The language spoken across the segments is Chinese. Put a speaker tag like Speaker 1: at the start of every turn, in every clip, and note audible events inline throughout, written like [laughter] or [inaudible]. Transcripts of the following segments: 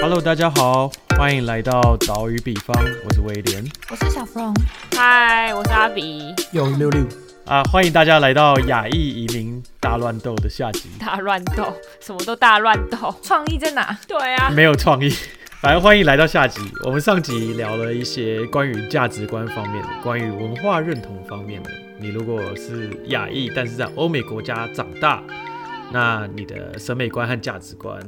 Speaker 1: Hello，大家好，欢迎来到岛屿比方，我是威廉
Speaker 2: 我是小 from，
Speaker 3: 嗨，我是阿比，
Speaker 4: 有六六，
Speaker 1: 啊，欢迎大家来到亚裔移民大乱斗的下集，
Speaker 3: 大乱斗，什么都大乱斗。
Speaker 2: 创意在哪？
Speaker 3: 对啊，
Speaker 1: 没有创意，反正欢迎来到下集。我们上集聊了一些关于价值观方面的，关于文化认同方面的。你如果是亚裔，但是在欧美国家长大，那你的审美观和价值观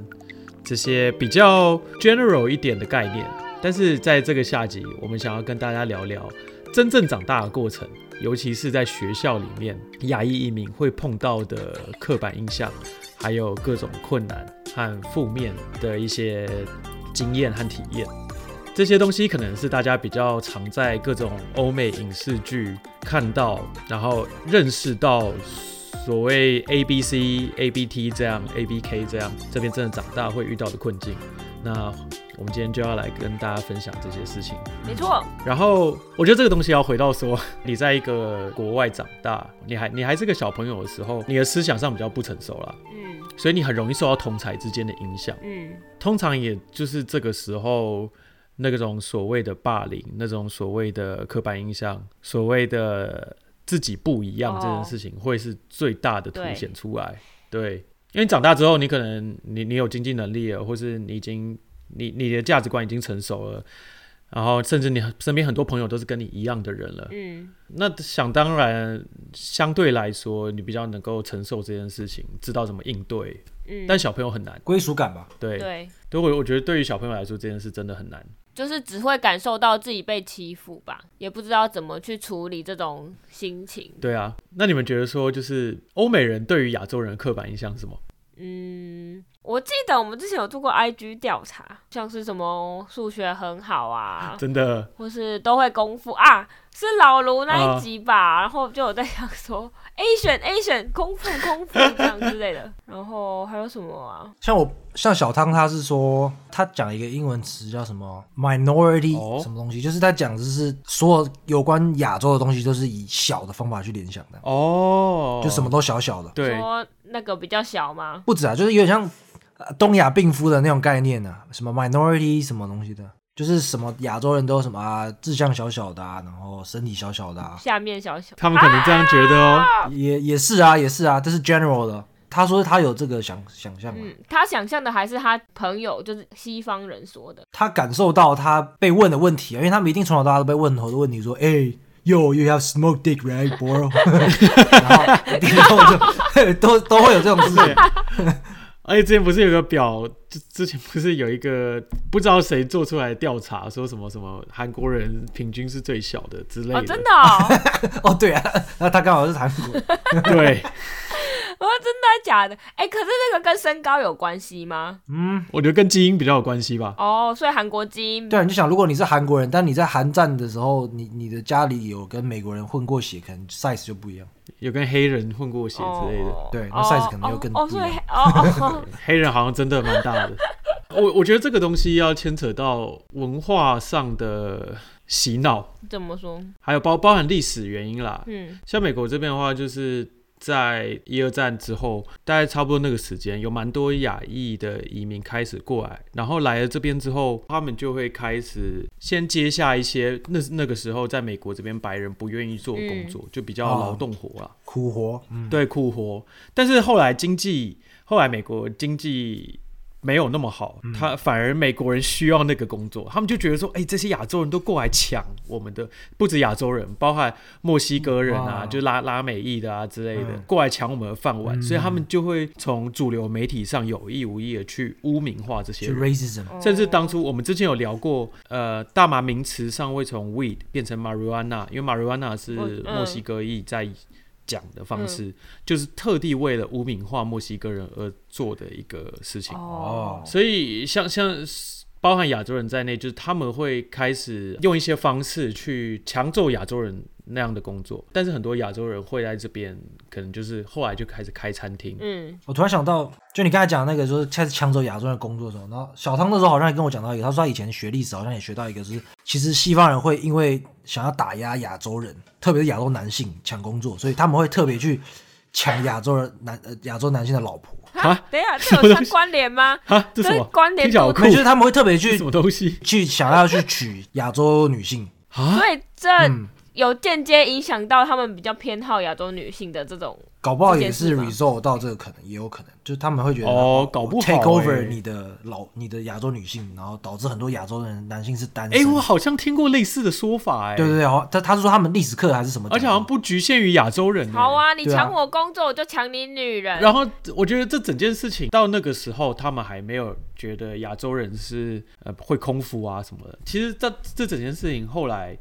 Speaker 1: 这些比较 general 一点的概念。但是在这个下集，我们想要跟大家聊聊真正长大的过程，尤其是在学校里面，亚裔移民会碰到的刻板印象，还有各种困难和负面的一些经验和体验。这些东西可能是大家比较常在各种欧美影视剧看到，然后认识到所谓 A B C、A B T 这样、A B K 这样，这边真的长大会遇到的困境。那我们今天就要来跟大家分享这些事情。
Speaker 3: 没错，
Speaker 1: 然后我觉得这个东西要回到说，你在一个国外长大，你还你还是个小朋友的时候，你的思想上比较不成熟啦，
Speaker 3: 嗯
Speaker 1: 所以你很容易受到同才之间的影响。
Speaker 3: 嗯，
Speaker 1: 通常也就是这个时候，那种所谓的霸凌，那种所谓的刻板印象，所谓的自己不一样
Speaker 3: 哦
Speaker 1: 这件事情，会是最大的凸
Speaker 3: 对
Speaker 1: 显出来。对，因为你长大之后，你可能你你有经济能力了，或是你已经你你的价值观已经成熟了。然后，甚至你身边很多朋友都是跟你一样的人了，
Speaker 3: 嗯，
Speaker 1: 那想当然，相对来说，你比较能够承受这件事情，知道怎么应对。
Speaker 3: 嗯，
Speaker 1: 但小朋友很难，
Speaker 4: 归属感吧。
Speaker 1: 对，
Speaker 3: 对，
Speaker 1: 对我我觉得对于小朋友来说这件事真的很难。
Speaker 3: 就是只会感受到自己被欺负吧，也不知道怎么去处理这种心情。
Speaker 1: 对啊，那你们觉得说就是欧美人对于亚洲人的刻板印象是什么？
Speaker 3: 嗯，我记得我们之前有做过 IG 调查，像是什么数学很好啊，
Speaker 1: 真的
Speaker 3: 或是都会功夫啊，是老卢那一集吧。然后就有在想说 [laughs] A 选 A 选功夫功夫这样之类的。 [laughs] 然后还有什么啊？
Speaker 4: 像我像小汤，他是说他讲一个英文词叫什么 minority
Speaker 1: 哦
Speaker 4: 什么东西，就是他讲就是所有有关亚洲的东西都是以小的方法去联想的，
Speaker 1: 哦，
Speaker 4: 就什么都小小的，
Speaker 1: 对
Speaker 3: 说那个比较小吗？
Speaker 4: 不止啊，就是有点像呃东亚病夫的那种概念啊，什么 minority 什么东西的，就是什么亚洲人都什么啊，志向小小的啊，然后身体小小的啊，
Speaker 3: 下面小小
Speaker 1: 他们可能这样觉得哦。
Speaker 4: 也也是啊，也是啊，这是 general 的。他说他有这个想想象、啊，
Speaker 3: 嗯，他想象的还是他朋友，就是西方人说的。
Speaker 4: 他感受到他被问的问题啊，因为他们一定从小到大都被问很多的问题，说，哎、y o you have smoke dick right bro，然后一定都都都会有这种 [laughs] 事情，
Speaker 1: 而哎且之前不是有个表，之之前不是有一个不知道谁做出来的调查，说什么什么韩国人平均是最小的之类
Speaker 3: 哦，真的、哦， [laughs]
Speaker 4: 哦对啊，那他刚好是韩国人，
Speaker 1: 对，
Speaker 3: 我说哦真的假的？哎、可是这个跟身高有关系吗？
Speaker 4: 嗯，
Speaker 1: 我觉得跟基因比较有关系吧。
Speaker 3: 哦，所以韩国基因
Speaker 4: 对啊，你就想如果你是韩国人，但你在韩战的时候，你你的家里有跟美国人混过血，可能 size 就不一样，
Speaker 1: 有跟黑人混过血之类的，
Speaker 3: 哦
Speaker 4: 对那
Speaker 3: 哦
Speaker 4: size 可能又更
Speaker 3: 哦，哦
Speaker 4: 低
Speaker 3: 所以
Speaker 4: 了
Speaker 3: 哦哦，
Speaker 1: 黑人好像真的蛮大的。 [laughs] 我我觉得这个东西要牵扯到文化上的洗脑，
Speaker 3: 怎么说？
Speaker 1: 还有包包含历史原因啦。
Speaker 3: 嗯
Speaker 1: 像美国这边的话，就是在一二战之后，大概差不多那个时间，有蛮多亚裔的移民开始过来，然后来了这边之后，他们就会开始先接下一些那那个时候在美国这边白人不愿意做的工作，就比较
Speaker 4: 哦
Speaker 1: 劳动活啊啦，
Speaker 4: 苦活，嗯，
Speaker 1: 对苦活。但是后来经济，后来美国经济。没有那么好，
Speaker 4: 嗯
Speaker 1: 他反而美国人需要那个工作，他们就觉得说，哎、这些亚洲人都过来抢我们的，不止亚洲人，包含墨西哥人啊，
Speaker 4: 哇
Speaker 1: 就拉拉美裔的啊之类的，
Speaker 4: 嗯
Speaker 1: 过来抢我们的饭碗，
Speaker 4: 嗯
Speaker 1: 所以他们就会从主流媒体上有意无意的去污名化这些
Speaker 4: 就
Speaker 1: 人。
Speaker 4: racism，
Speaker 1: 甚至当初我们之前有聊过，呃，大麻名词上会从 weed 变成 marijuana，因为 marijuana 是
Speaker 3: 我嗯
Speaker 1: 墨西哥裔在讲的方式，就是特地为了污名化墨西哥人而做的一个事情。
Speaker 3: 哦，
Speaker 1: 所以像像是包含亚洲人在内，就是他们会开始用一些方式去强揍亚洲人那样的工作，但是很多亚洲人会在这边，可能就是后来就开始开餐厅。
Speaker 3: 嗯，
Speaker 4: 我突然想到，就你刚才讲那个，就是开始抢走亚洲人的工作的时候，然后小汤那时候好像也跟我讲到一个，他说他以前学历史好像也学到一个，就是其实西方人会因为想要打压亚洲人，特别是亚洲男性抢工作，所以他们会特别去抢亚洲人男呃亚洲男性的老婆，
Speaker 1: 啊
Speaker 3: 啊，等一下，这
Speaker 1: 什么
Speaker 3: 有
Speaker 1: 东
Speaker 3: 相
Speaker 1: 西
Speaker 3: 关联吗？
Speaker 1: 啊，这什
Speaker 3: 是
Speaker 1: 么
Speaker 3: 关联
Speaker 1: 听起来好
Speaker 3: 度
Speaker 1: 酷 [laughs]
Speaker 4: 没有，就是他们会特别
Speaker 1: 这
Speaker 4: 去
Speaker 1: 什么东西
Speaker 4: 去想要去娶亚洲女性，
Speaker 1: 啊？
Speaker 3: 所以这
Speaker 4: 嗯，
Speaker 3: 有间接影响到他们比较偏好亚洲女性的这种
Speaker 4: 搞不好也
Speaker 3: 这
Speaker 4: 是
Speaker 3: 件
Speaker 4: result 到这个可能，也有可能，就是他们会觉得
Speaker 1: 哦搞不好
Speaker 4: take
Speaker 1: 欸
Speaker 4: over 你的老你的亚洲女性，然后导致很多亚洲人男性是单身。
Speaker 1: 哎、我好像听过类似的说法、哎，
Speaker 4: 对对对，好，他他是说他们历史课还是什么讲的，
Speaker 1: 而且好像不局限于亚洲人、哎
Speaker 3: 好啊，你
Speaker 4: 对啊
Speaker 3: 抢我工作，我就抢你女人。
Speaker 1: 然后我觉得这整件事情到那个时候，他们还没有觉得亚洲人是呃会空腹啊什么的。其实这这整件事情后来，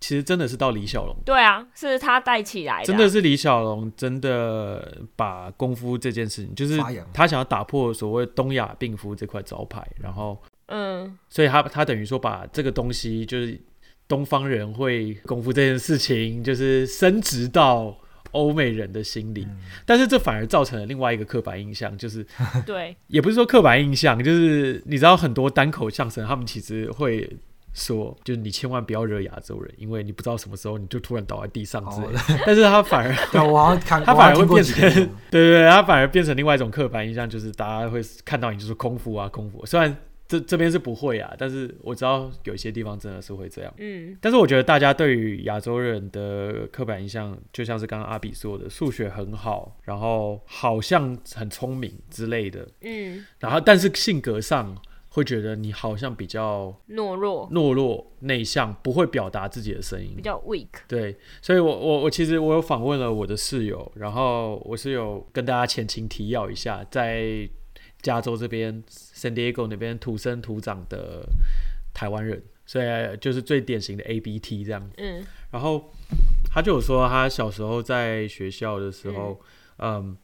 Speaker 1: 其实真的是到李小龙，
Speaker 3: 对啊，是他带起来的啊，
Speaker 1: 真的是李小龙真的把功夫这件事情，就是
Speaker 4: 发扬
Speaker 1: 他想要打破所谓东亚病夫这块招牌，然后
Speaker 3: 嗯，
Speaker 1: 所以他他等于说把这个东西就是东方人会功夫这件事情，就是升值到欧美人的心里，但是这反而造成了另外一个刻板印象，就是
Speaker 3: 对，
Speaker 1: 也不是说刻板印象，就是你知道很多单口相声，他们其实会说，就是你千万不要惹亚洲人，因为你不知道什么时候你就突然倒在地上之类的。但是他反而，
Speaker 4: 对，我好像看，
Speaker 1: 他
Speaker 4: 我好
Speaker 1: 反而会
Speaker 4: 像听过
Speaker 1: 变
Speaker 4: 几
Speaker 1: 成，对 [laughs]
Speaker 4: 个
Speaker 1: 对对，他反而变成另外一种刻板印象，就是大家会看到你就说空腹啊，空腹。虽然这这边是不会啊，但是我知道有一些地方真的是会这样。
Speaker 3: 嗯，
Speaker 1: 但是我觉得大家对于亚洲人的刻板印象，就像是刚刚阿比说的，数学很好，然后好像很聪明之类的，
Speaker 3: 嗯，
Speaker 1: 然后但是性格上会觉得你好像比较
Speaker 3: 懦弱，
Speaker 1: 懦弱、内向，不会表达自己的声音
Speaker 3: 比。较 weak，
Speaker 1: 对，所以我我我其实我有访问了我的室友，然后我室友跟大家前情提要一下，在加州这边 San Diego 那边土生土长的台湾人，所以就是最典型的 ABT 这样
Speaker 3: 嗯
Speaker 1: 然后他就有说，他小时候在学校的时候，嗯，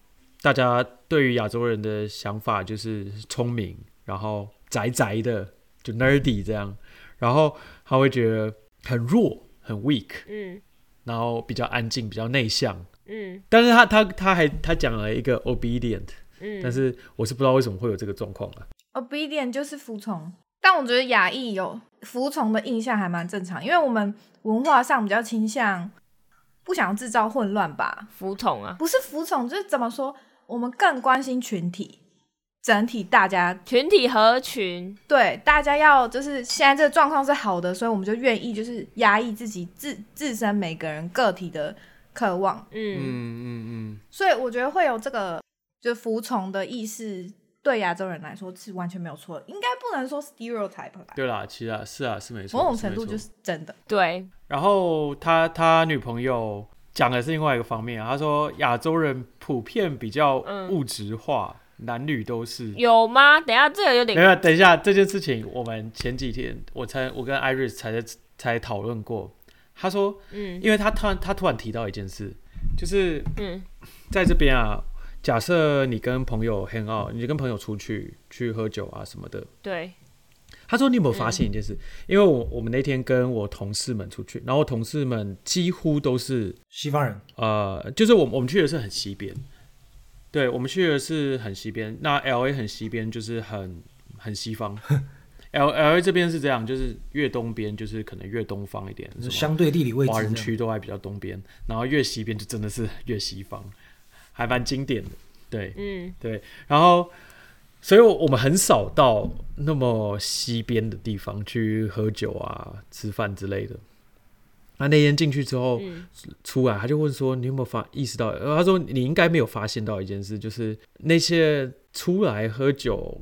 Speaker 1: 大家对于亚洲人的想法就是聪明，然后宅宅的，就 nerdy 这样，然后他会觉得很弱，很 weak，
Speaker 3: 嗯
Speaker 1: 然后比较安静，比较内向。
Speaker 3: 嗯
Speaker 1: 但是他他他还他讲了一个 obedient，
Speaker 3: 嗯，
Speaker 1: 但是我是不知道为什么会有这个状况啊。
Speaker 2: obedient 就是服从，但我觉得亚裔有服从的印象还蛮正常，因为我们文化上比较倾向不想要制造混乱吧，
Speaker 3: 服从啊，
Speaker 2: 不是服从，就是怎么说，我们更关心群体，整体大家
Speaker 3: 群体合群，
Speaker 2: 对大家要就是现在这个状况是好的，所以我们就愿意就是压抑自己自自身每个人个体的渴望，
Speaker 3: 嗯，
Speaker 1: 嗯嗯，
Speaker 2: 所以我觉得会有这个就服从的意识。对亚洲人来说是完全没有错的，应该不能说 stereotype 吧，
Speaker 1: 对啦，其实啊是啊是没错，
Speaker 2: 某种
Speaker 1: 没
Speaker 2: 程度
Speaker 1: 错
Speaker 2: 就是真的。
Speaker 3: 对，
Speaker 1: 然后他他女朋友讲的是另外一个方面啊，他说亚洲人普遍比较
Speaker 2: 嗯
Speaker 1: 物质化，男女都是。
Speaker 3: 有吗？等一下这个有
Speaker 1: 没
Speaker 3: 点，
Speaker 1: 有，等一下这件事情，我们前几天我才我跟 Iris 才在才讨论过。他说，
Speaker 3: 嗯
Speaker 1: 因为他突然他突然提到一件事，就是
Speaker 3: 嗯
Speaker 1: 在这边啊，假设你跟朋友 hang out，你跟朋友出去去喝酒啊什么的，
Speaker 3: 对，
Speaker 1: 他说：“你有没有发现一件事？因为我我们那天跟我同事们出去，然后我同事们几乎都是
Speaker 4: 西方人，
Speaker 1: 呃，就是我们我们去的是很西边，对，我们去的是很西边。那 L A 很西边，就是很很西方。L [laughs] L A 这边是这样，就是越东边就是可能越东方一点，
Speaker 4: 就是
Speaker 1: 什么
Speaker 4: 相对地理位置
Speaker 1: 华
Speaker 4: 这
Speaker 1: 人
Speaker 4: 样
Speaker 1: 区都还比较东边，然后越西边就真的是越西方，还蛮经典的。对，
Speaker 3: 嗯
Speaker 1: 然后，所以我们很少到那么西边的地方去喝酒啊、吃饭之类的。那那天进去之后，
Speaker 3: 嗯
Speaker 1: 出来他就问说：“你有没有发意识到？”呃他说：“你应该没有发现到一件事，就是那些出来喝酒，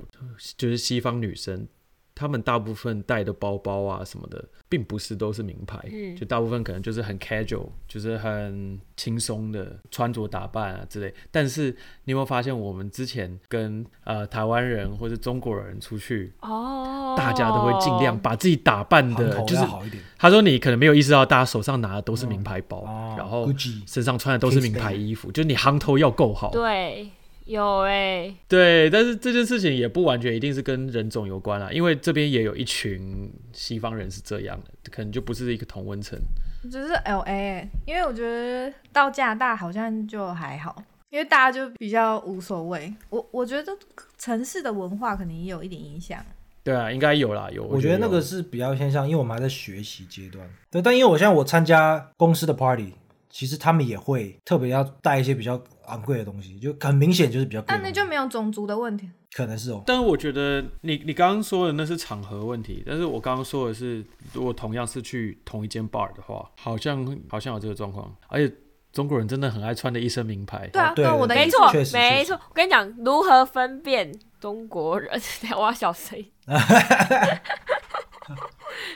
Speaker 1: 就是西方女生，她们大部分带的包包啊什么的，并不是都是名牌，
Speaker 3: 嗯
Speaker 1: 就大部分可能就是很 casual，就是很轻松的穿着打扮啊之类。但是你有没有发现，我们之前跟呃台湾人或是中国人出去，
Speaker 3: 哦，
Speaker 1: 大家都会尽量把自己打扮
Speaker 4: 行
Speaker 1: 的，
Speaker 4: 头啊
Speaker 1: 就是
Speaker 4: 要好一点
Speaker 1: 他说你可能没有意识到，大家手上拿的都是名牌包，
Speaker 4: 哦
Speaker 1: 然后
Speaker 4: Gucci
Speaker 1: 身上穿的都是名牌衣服，就你行头要够好。
Speaker 3: 对，有哎，
Speaker 1: 对但是这件事情也不完全一定是跟人种有关啦，啊因为这边也有一群西方人是这样的，可能就不是一个同温层。
Speaker 2: 我觉得是 L A，、欸、因为我觉得到加拿大好像就还好，因为大家就比较无所谓。我我觉得城市的文化可能也有一点影响。
Speaker 1: 对啊，应该有啦，有。
Speaker 4: 我觉得那个
Speaker 1: 有
Speaker 4: 是比较偏向，因为我们还在学习阶段。对，但因为我现在我参加公司的 party，其实他们也会特别要带一些比较昂贵的东西，就很明显就是比较贵
Speaker 2: 那
Speaker 4: 的东
Speaker 2: 啊那
Speaker 4: 西。
Speaker 2: 就没有种族的问题。
Speaker 4: 可能啊是哦，
Speaker 1: 但是我觉得你你刚刚说的那是场合问题，但是我刚刚说的是，如果同样是去同一间 bar 的话，好像好像有这个状况，而且中国人真的很爱穿的一身名牌。
Speaker 2: 对啊，
Speaker 4: 对
Speaker 2: 那我的
Speaker 4: 对
Speaker 3: 没
Speaker 2: 意思
Speaker 3: 错
Speaker 4: 确实，
Speaker 3: 没
Speaker 4: 确实
Speaker 3: 错。我跟你讲，如何分辨中国人？ [laughs] 等一下我要小声一点， [laughs]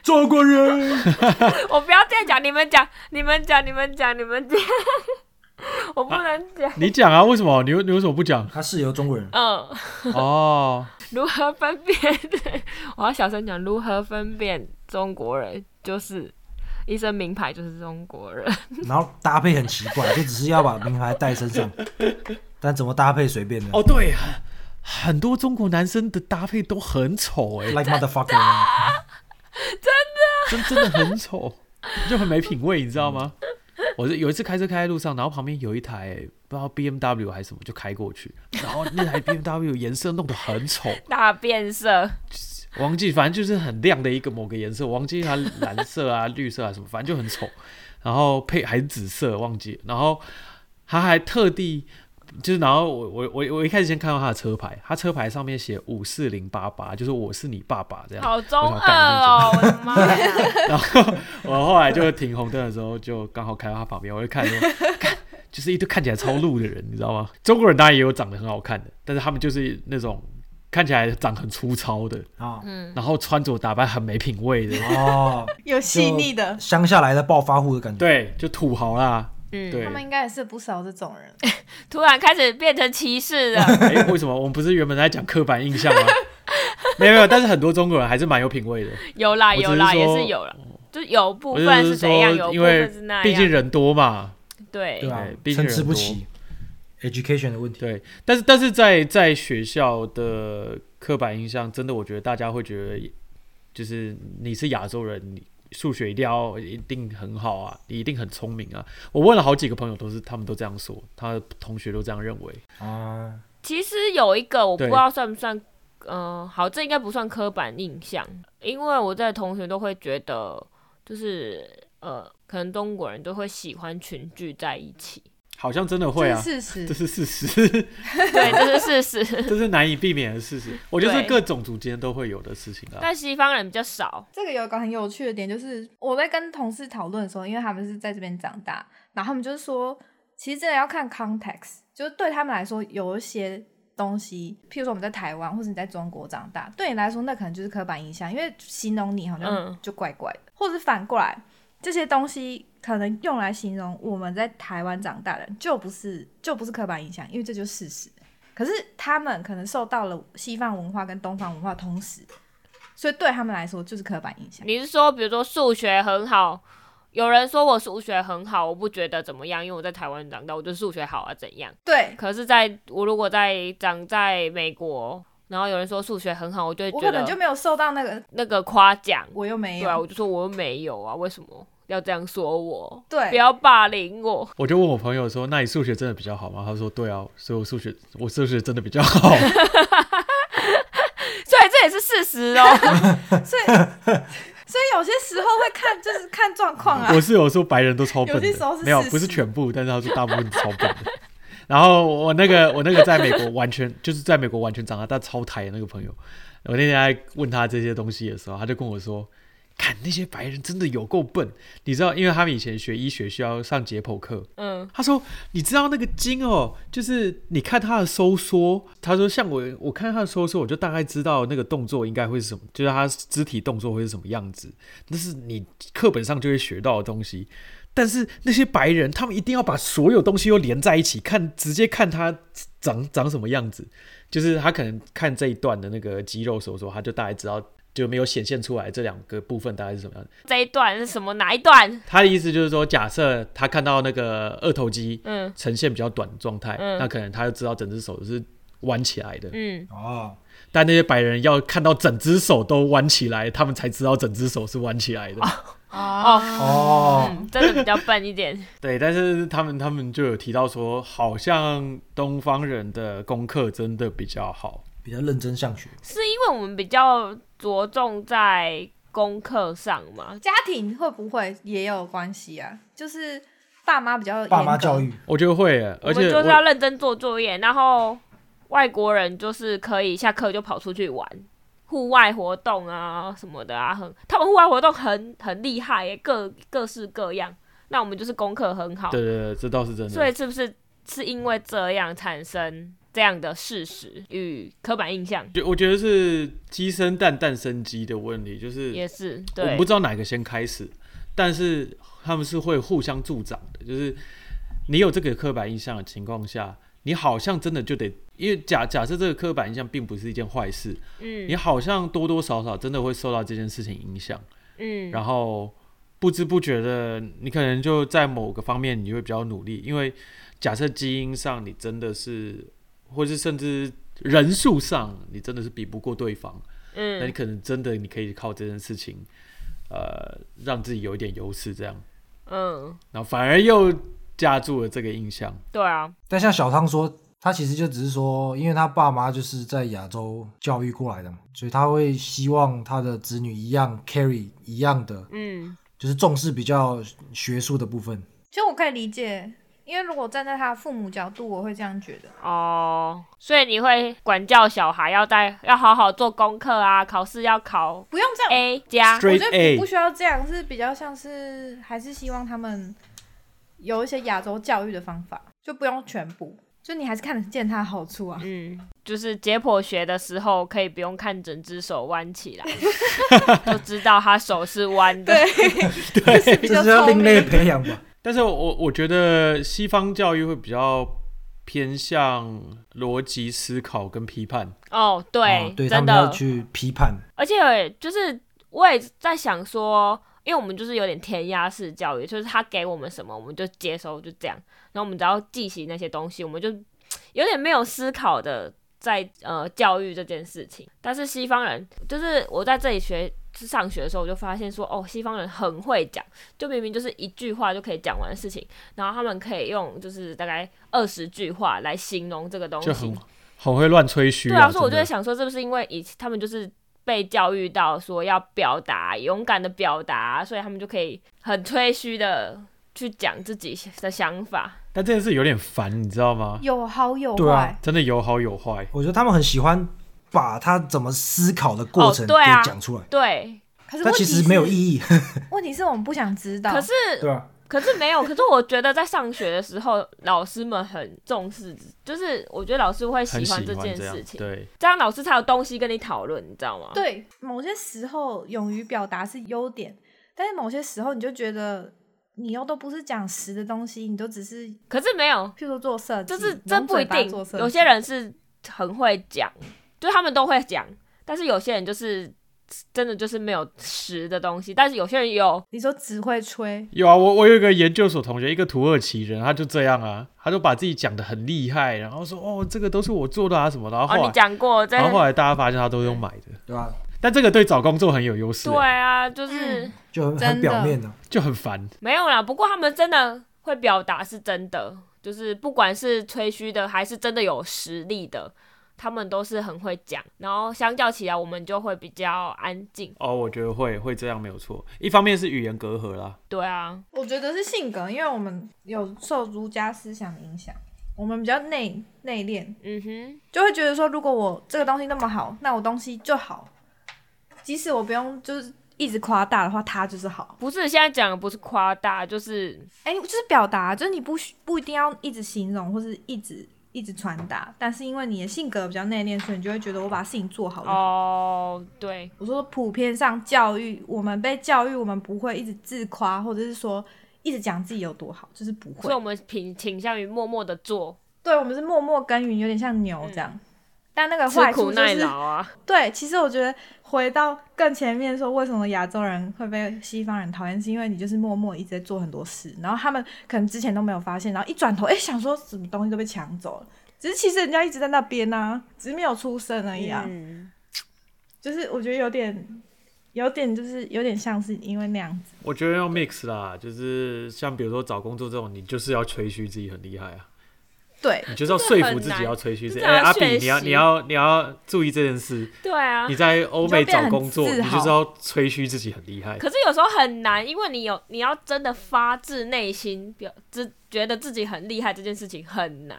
Speaker 4: 中国人？
Speaker 3: 我不要再讲，你们讲，你们讲，你们讲，你们讲， [laughs] 我不能 [laughs] 讲。
Speaker 1: 你讲啊，为什么？你为你为什么不讲
Speaker 4: 他是有中国
Speaker 2: 啊
Speaker 4: 人，
Speaker 3: 嗯，
Speaker 1: 哦，
Speaker 3: 如何分辨？ [laughs] 我要小声讲，如何分辨中国人？就是一身名牌就是中国人。
Speaker 4: 然后搭配很奇怪，就只是要把名牌带身上，但怎么搭配随便的。
Speaker 1: 哦，对，很很多中国男生的搭配都很丑哎、
Speaker 4: Like motherfucker，
Speaker 1: [laughs] 真真的很丑，就很没品味，你知道吗？我是有一次开车开在路上，然后旁边有一台不知道 B M W 还是什么，就开过去，然后那台 B M W 颜色弄得很丑，
Speaker 3: [laughs] 大变色，
Speaker 1: 我忘记，反正就是很亮的一个某个颜色，我忘记它蓝色啊、绿色啊什么，反正就很丑。然后配还是紫色，忘记了。然后他还特地就是，然后我我我我一开始先看到他的车牌，他车牌上面写五四零八八，就是我是你爸爸这样。
Speaker 3: 好中
Speaker 1: 我想干
Speaker 3: 二
Speaker 1: 那种
Speaker 3: 哦！我的妈呀！
Speaker 4: [laughs]
Speaker 1: 然后我后来就停红灯的时候，就刚好开到他旁边，我就看说，看就是一堆看起来超路的人，你知道吗？中国人当然也有长得很好看的，但是他们就是那种看起来长很粗糙的，
Speaker 4: 啊
Speaker 3: 嗯，
Speaker 1: 然后穿着打扮很没品味
Speaker 2: [laughs]
Speaker 1: 的，
Speaker 4: 哦，
Speaker 2: 有细腻的，
Speaker 4: 乡下来的暴发户的感觉。
Speaker 1: 对，就土豪啦。
Speaker 3: 嗯
Speaker 1: [laughs] 对
Speaker 2: 他，们应该也是不少这种人。
Speaker 3: 突然开始变成歧视
Speaker 1: [laughs]
Speaker 3: 了。
Speaker 1: 哎、为什么我们不是原本在讲刻板印象吗？没有没有，但是很多中国人还是蛮有品味的。
Speaker 2: [laughs]
Speaker 3: 有啦
Speaker 1: 我只
Speaker 3: 有啦，
Speaker 1: 是
Speaker 3: 也
Speaker 1: 说
Speaker 3: 是有啦，就有部
Speaker 1: 我
Speaker 3: 分
Speaker 1: 就是
Speaker 3: 怎样，有
Speaker 1: 说，
Speaker 3: 部
Speaker 1: 因为
Speaker 3: 分是
Speaker 2: 哎
Speaker 3: 那
Speaker 1: 毕竟
Speaker 3: 样。
Speaker 1: 人多嘛，
Speaker 4: 对
Speaker 3: 对，
Speaker 4: 啊
Speaker 1: 对，毕竟
Speaker 4: 参
Speaker 1: 人
Speaker 4: 差不
Speaker 1: 多
Speaker 4: 齐，education 的问题。
Speaker 1: 对。但是但是在在学校的刻板印象，真的我觉得大家会觉得，就是你是亚洲人，你数学一定要一定很好啊，你一定很聪明啊。我问了好几个朋友，都是他们都这样说，他的同学都这样认为。
Speaker 4: 啊，
Speaker 3: 其实有一个我不
Speaker 1: 对
Speaker 3: 知道算不算，嗯、好，这应该不算刻板印象，因为我在同学都会觉得，就是呃，可能中国人都会喜欢群聚在一起，
Speaker 1: 好像真的会
Speaker 2: 这
Speaker 1: 啊，
Speaker 2: 是
Speaker 1: 这
Speaker 2: 事
Speaker 1: 是
Speaker 2: 实，
Speaker 1: 事实。
Speaker 3: 对，这是事
Speaker 2: [laughs]
Speaker 3: 实。
Speaker 1: 这是难以避免的事实。我觉得
Speaker 3: 对
Speaker 1: 是各种族间都会有的事情啊啦。
Speaker 3: 但西方人比较少，
Speaker 2: 这个有一个很有趣的点，就是我在跟同事讨论的时候，因为他们是在这边长大，然后他们就是说，其实真的要看 context，就是对他们来说，有一些东西，譬如说我们在台湾或者你在中国长大，对你来说那可能就是刻板印象，因为形容你好
Speaker 3: 嗯
Speaker 2: 像就怪怪的，或者是反过来，这些东西可能用来形容我们在台湾长大的人，就不是就不是刻板印象，因为这就是事实。可是他们可能受到了西方文化跟东方文化同时，所以对他们来说就是刻板印象。
Speaker 3: 你是说，比如说数学很好，有人说我数学很好，我不觉得怎么样，因为我在台湾长大，我就数学好啊，怎样？
Speaker 2: 对，
Speaker 3: 可是在，我如果在长在美国，然后有人说数学很好，我就会
Speaker 2: 我
Speaker 3: 觉
Speaker 2: 可能就
Speaker 3: 得
Speaker 2: 没有受到那个，
Speaker 3: 那个夸奖，
Speaker 2: 我又没
Speaker 3: 对啊，
Speaker 2: 有。
Speaker 3: 我就说我又没有啊，为什么要这样说我？
Speaker 2: 对
Speaker 3: 不要霸凌我。 [laughs]
Speaker 1: 我就问我朋友说：“那你数学真的比较好吗？”他说：“对啊，所以我数学我数学真的比较
Speaker 2: [laughs]
Speaker 1: 好。。
Speaker 3: 所以这也是事实
Speaker 2: [laughs]
Speaker 3: 哦。
Speaker 2: 所以有些时候会看，就是看状况啊
Speaker 1: 我是有时候白人都超笨
Speaker 2: 有些时候
Speaker 1: 的，
Speaker 2: 是
Speaker 1: 没有
Speaker 2: 事实
Speaker 1: 不是全部，但是他说大部分超笨的。然后我那个我那个在美国完全就是在美国完全长大但超台的那个朋友，我那天在问他这些东西的时候，他就跟我说。”看那些白人真的有够笨，你知道，因为他们以前学医学需要上解剖课，
Speaker 3: 嗯，
Speaker 1: 他说：“你知道那个筋哦，就是你看它的收缩。”他说：“像我，我看它的收缩，我就大概知道那个动作应该会是什么，就是它肢体动作会是什么样子。那是你课本上就会学到的东西。但是那些白人，他们一定要把所有东西都连在一起看，直接看它长长什么样子。就是他可能看这一段的那个肌肉收缩，他就大概知道就没有显现出来这两个部分大概是什么样子。”
Speaker 3: 这一段是什么？哪一段？
Speaker 1: 他的意思就是说，假设他看到那个二头肌，
Speaker 3: 嗯
Speaker 1: 呈现比较短的状态，
Speaker 3: 嗯
Speaker 1: 那可能他就知道整只手是弯起来的。
Speaker 3: 嗯，
Speaker 4: 哦，
Speaker 1: 但那些白人要看到整只手都弯起来，他们才知道整只手是弯起来的。
Speaker 3: 哦，
Speaker 4: 哦，
Speaker 3: 嗯，真的比较笨一点。 [laughs]
Speaker 1: 对，但是他们他们就有提到说，好像东方人的功课真的比较好。
Speaker 4: 比较认真上学，
Speaker 3: 是因为我们比较着重在功课上嘛？
Speaker 2: 家庭会不会也有关系啊？就是爸妈比较严格
Speaker 4: 爸妈教，育，
Speaker 1: 我觉得会耶，
Speaker 3: 我
Speaker 1: 而且
Speaker 3: 们就是
Speaker 1: 我
Speaker 3: 要认真做作业，然后外国人就是可以下课就跑出去玩。户外活动啊什么的啊，很他们户外活动很很厉害耶，各各式各样。那我们就是功课很好，
Speaker 1: 对对对，这倒是真
Speaker 3: 所
Speaker 1: 的。
Speaker 3: 以是不是是因为这样产生这样的事实与刻板印象？
Speaker 1: 就我觉得是鸡生蛋，蛋生鸡的问题，就是
Speaker 3: 也是
Speaker 1: 我们
Speaker 3: 对
Speaker 1: 不，知道哪个先开始，但是他们是会互相助长的。就是你有这个刻板印象的情况下，你好像真的就得，因为假假设这个刻板印象并不是一件坏事，你
Speaker 3: 嗯
Speaker 1: 好像多多少少真的会受到这件事情影响，
Speaker 3: 嗯，
Speaker 1: 然后不知不觉的，你可能就在某个方面你就会比较努力，因为假设基因上你真的是，或是甚至人数上你真的是比不过对方。那你
Speaker 3: 嗯
Speaker 1: 可能真的你可以靠这件事情，呃，让自己有一点优势，这样，
Speaker 3: 嗯，
Speaker 1: 然后反而又加注了这个印象。
Speaker 3: 对啊，
Speaker 4: 但像小汤说，他其实就只是说，因为他爸妈就是在亚洲教育过来的嘛，所以他会希望他的子女一样 carry 一样的，
Speaker 3: 嗯
Speaker 4: 就是重视比较学术的部分。
Speaker 2: 其实我可以理解，因为如果站在他的父母角度，我会这样觉得。
Speaker 3: 哦，所以你会管教小孩要带要好好做功课啊，考试要考
Speaker 2: 不用这样，
Speaker 3: A 加，
Speaker 2: 我
Speaker 1: Straight
Speaker 2: 觉
Speaker 1: A
Speaker 2: 得不不需要这样，是比较像是还是希望他们有一些亚洲教育的方法，就不用全部，就你还是看得见他的
Speaker 3: [laughs]
Speaker 2: 好处啊。
Speaker 3: 嗯，就是解剖学的时候可以不用看整只手弯起
Speaker 1: [laughs]
Speaker 3: 来，就知道他手是弯的。
Speaker 2: 对，就是比
Speaker 4: 这
Speaker 2: 较
Speaker 4: 是要
Speaker 2: 聪
Speaker 4: 另类
Speaker 2: 明。
Speaker 4: 培养吧？
Speaker 1: 但是我我觉得西方教育会比较偏向逻辑思考跟批判，
Speaker 3: 哦，对，
Speaker 4: 哦对他
Speaker 3: 真
Speaker 4: 们要
Speaker 3: 的，
Speaker 4: 去批判，
Speaker 3: 而且就是我也在想说，因为我们就是有点填鸭式教育，就是他给我们什么我们就接收，就这样。然后我们只要记起那些东西，我们就有点没有思考的在呃教育这件事情。但是西方人，就是我在这里学上学的时候，我就发现说，哦，西方人很会讲，就明明就是一句话就可以讲完的事情，然后他们可以用就是大概二十句话来形容这个东
Speaker 1: 就
Speaker 3: 西
Speaker 1: 很。很会乱吹嘘、
Speaker 3: 哦对啊，所以我就
Speaker 1: 真的
Speaker 3: 在想说，是不是因为以前他们就是被教育到说要表达，勇敢的表达，所以他们就可以很吹嘘的去讲自己的想法。
Speaker 1: 但这件事有点烦，你知道吗？
Speaker 2: 有好有
Speaker 4: 对啊
Speaker 2: 坏，
Speaker 1: 真的有好有坏。
Speaker 4: 我觉得他们很喜欢把他怎么思考的过
Speaker 3: 哦
Speaker 4: 程给
Speaker 3: 对啊
Speaker 4: 讲出来，
Speaker 3: 对，
Speaker 2: 可是
Speaker 4: 但
Speaker 2: 问
Speaker 4: 其
Speaker 2: 题
Speaker 4: 实
Speaker 2: 是
Speaker 4: 没有意义，
Speaker 2: 问题是我们不想知道。
Speaker 3: 可是
Speaker 1: 啊
Speaker 4: 对吧？
Speaker 3: 可是没有，可是我觉得在上学的时候，老师们很重视，就是我觉得老师会
Speaker 1: 很
Speaker 3: 喜
Speaker 1: 喜
Speaker 3: 欢
Speaker 1: 欢
Speaker 3: 这件
Speaker 1: 这样
Speaker 3: 事，情，
Speaker 1: 对，
Speaker 3: 这样老师才有东西跟你讨论，你知道吗？
Speaker 2: 对，某些时候勇于表达是优点，但是某些时候你就觉得你又都不是讲实的东西，你都只是
Speaker 3: 可是没有，
Speaker 2: 譬如说做设计，
Speaker 3: 就是
Speaker 2: 你
Speaker 3: 这
Speaker 2: 用
Speaker 3: 不一
Speaker 2: 嘴巴
Speaker 3: 定
Speaker 2: 做设，计
Speaker 3: 有些人是很会讲，就是他们都会讲，但是有些人就是真的就是没有实的东西，但是有些人
Speaker 1: 哦
Speaker 3: 有，哦
Speaker 2: 你说只会吹，
Speaker 1: 有啊，我我有一个研究所同学，一个土耳其人，他就这样啊，他就把自己讲的很厉害，然后说哦，这个都是我做的啊什么，然后后
Speaker 3: 哦，
Speaker 1: 来、
Speaker 3: 你讲过，
Speaker 1: 然
Speaker 3: 在
Speaker 1: 后后来大家发现他都用买的，
Speaker 4: [laughs] 对吧？
Speaker 1: 但这个对找工作很有优势、欸
Speaker 3: 对啊，就是、
Speaker 2: 嗯
Speaker 4: 就很很
Speaker 2: 真的
Speaker 4: 表面的、
Speaker 1: 就很烦。
Speaker 3: 没有啦。不过他们真的会表达是真的，就是不管是吹嘘的还是真的有实力的。他们都是很会讲，然后相较起来，我们就会比较安静。
Speaker 1: 哦，我觉得会会这样没有错，一方面是语言隔阂啦，
Speaker 3: 对啊，
Speaker 2: 我觉得是性格，因为我们有受儒家思想的影响，我们比较内内敛，
Speaker 3: 嗯哼，
Speaker 2: 就会觉得说，如果我这个东西那么好，那我东西就好，即使我不用就是一直夸大的话，它就是好。
Speaker 3: 不是现在讲的不是夸大，就是
Speaker 2: 哎、就是表达，就是你不需不一定要一直形容或是一直一直传达，但是因为你的性格比较内敛，所以你就会觉得我把事情做好就好。
Speaker 3: 哦，对，
Speaker 2: 我说普遍上教育，我们被教育，我们不会一直自夸，或者是说一直讲自己有多好，就是不
Speaker 3: 所以
Speaker 2: 会
Speaker 3: 我。们倾倾向于默默的做，
Speaker 2: 对，我们是默默耕耘，有点像牛这样。但那个
Speaker 3: 嗯吃
Speaker 2: 啊坏
Speaker 3: 苦
Speaker 2: 处就
Speaker 3: 耐
Speaker 2: 是，
Speaker 3: 劳啊。
Speaker 2: 对，其实我觉得回到更前面说，为什么亚洲人会被西方人讨厌，是因为你就是默默一直在做很多事，然后他们可能之前都没有发现，然后一转头，哎，想说什么东西都被抢走了。只是其实人家一直在那边呐、啊，只是没有出声而已啊。
Speaker 3: 嗯，
Speaker 2: 就是我觉得有点，有点就是有点像是因为那样子，
Speaker 1: 我觉得要 mix 啦，就是像比如说找工作这种，你就是要吹嘘自己很厉害啊，
Speaker 2: 对，
Speaker 1: 你就是要说
Speaker 3: 这
Speaker 1: 服
Speaker 3: 很
Speaker 1: 自
Speaker 3: 难
Speaker 1: 己要吹嘘
Speaker 3: 这
Speaker 1: 是，
Speaker 3: 叫
Speaker 1: 哎、阿比，
Speaker 3: 学
Speaker 1: 你要
Speaker 3: 习
Speaker 1: 你要你要注意这件事。
Speaker 3: 对啊
Speaker 1: 你，在欧美
Speaker 2: 你就变
Speaker 1: 找
Speaker 2: 得
Speaker 1: 工作，
Speaker 2: 很自
Speaker 1: 你
Speaker 2: 豪
Speaker 1: 就是要吹嘘自己很厉害。
Speaker 3: 可是有时候很难，因为你有你要真的发自内心表自觉得自己很厉害这件事情很难，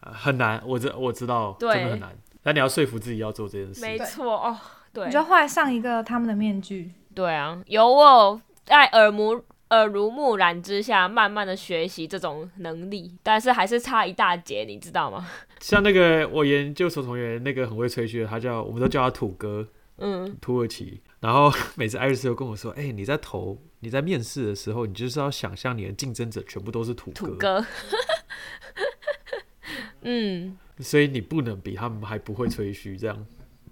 Speaker 1: 啊很难，我知我知道，真
Speaker 3: 对
Speaker 1: 的很难。但你要说服自己要做这件
Speaker 3: 没
Speaker 1: 事，
Speaker 3: 错哦，对
Speaker 2: 你就换上一个他们的面具。
Speaker 3: 对啊，有我有在耳目耳濡目染之下，慢慢的学习这种能力，但是还是差一大截，你知道吗？
Speaker 1: 像那个我研究所同学，那个很会吹嘘的，他叫我们都叫他土哥，
Speaker 3: 嗯，
Speaker 1: 土耳其。然后 [laughs] 每次艾瑞斯都跟我说：“哎、你在投你在面试的时候，你就是要想象你的竞争者全部都是土
Speaker 3: 土
Speaker 1: 哥，
Speaker 3: 哥， [laughs] 嗯
Speaker 1: 所以你不能比他们还不会吹嘘。”这样，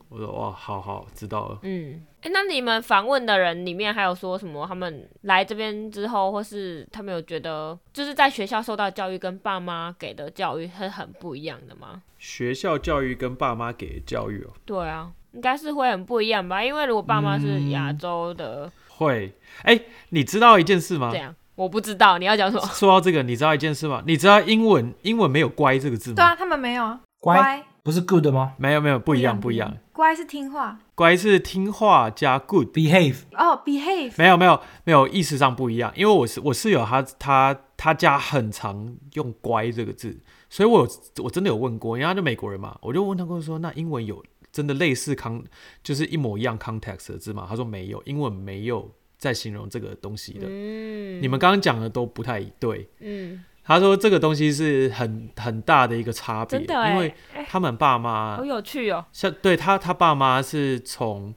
Speaker 1: 我说：“哇，好好，知道了。”
Speaker 3: 嗯，哎、那你们访问的人里面还有说什么？他们来这边之后，或是他们有觉得就是在学校受到教育跟爸妈给的教育是很不一样的吗？
Speaker 1: 学校教育跟爸妈给的教育哦，
Speaker 3: 对啊，应该是会很不一样吧，因为如果爸妈是亚洲的，
Speaker 1: 会。哎、你知道一件事吗
Speaker 3: 这？样嗯我不知道你要讲什么。
Speaker 1: 说到这个，你知道一件事吗？你知道英文英文没有“乖”这个
Speaker 3: 嗯
Speaker 1: 字吗？
Speaker 2: 对啊，他们没有啊，
Speaker 4: 乖，不是 good 吗
Speaker 1: 没有没有，不一样不一样。
Speaker 2: 乖是听话
Speaker 1: 乖是听话加 good，
Speaker 4: ？behave
Speaker 2: 哦，behave
Speaker 1: 没有没有没有，意思上不一样。因为我是我室友他，他他家很常用“乖”这个字，所以我有我真的有问过，因为他就美国人嘛，我就问他跟我说，那英文有真的类似 con 就是一模一样 context 的字吗？他说没有，英文没有在形容这个东西的。
Speaker 3: 嗯
Speaker 1: 你们刚刚讲的都不太对。
Speaker 3: 嗯，
Speaker 1: 他说这个东西是很很大的一个差别，
Speaker 3: 真的哎、
Speaker 1: 因为他们爸妈
Speaker 3: 好有趣哦。
Speaker 1: 像对他他爸妈是从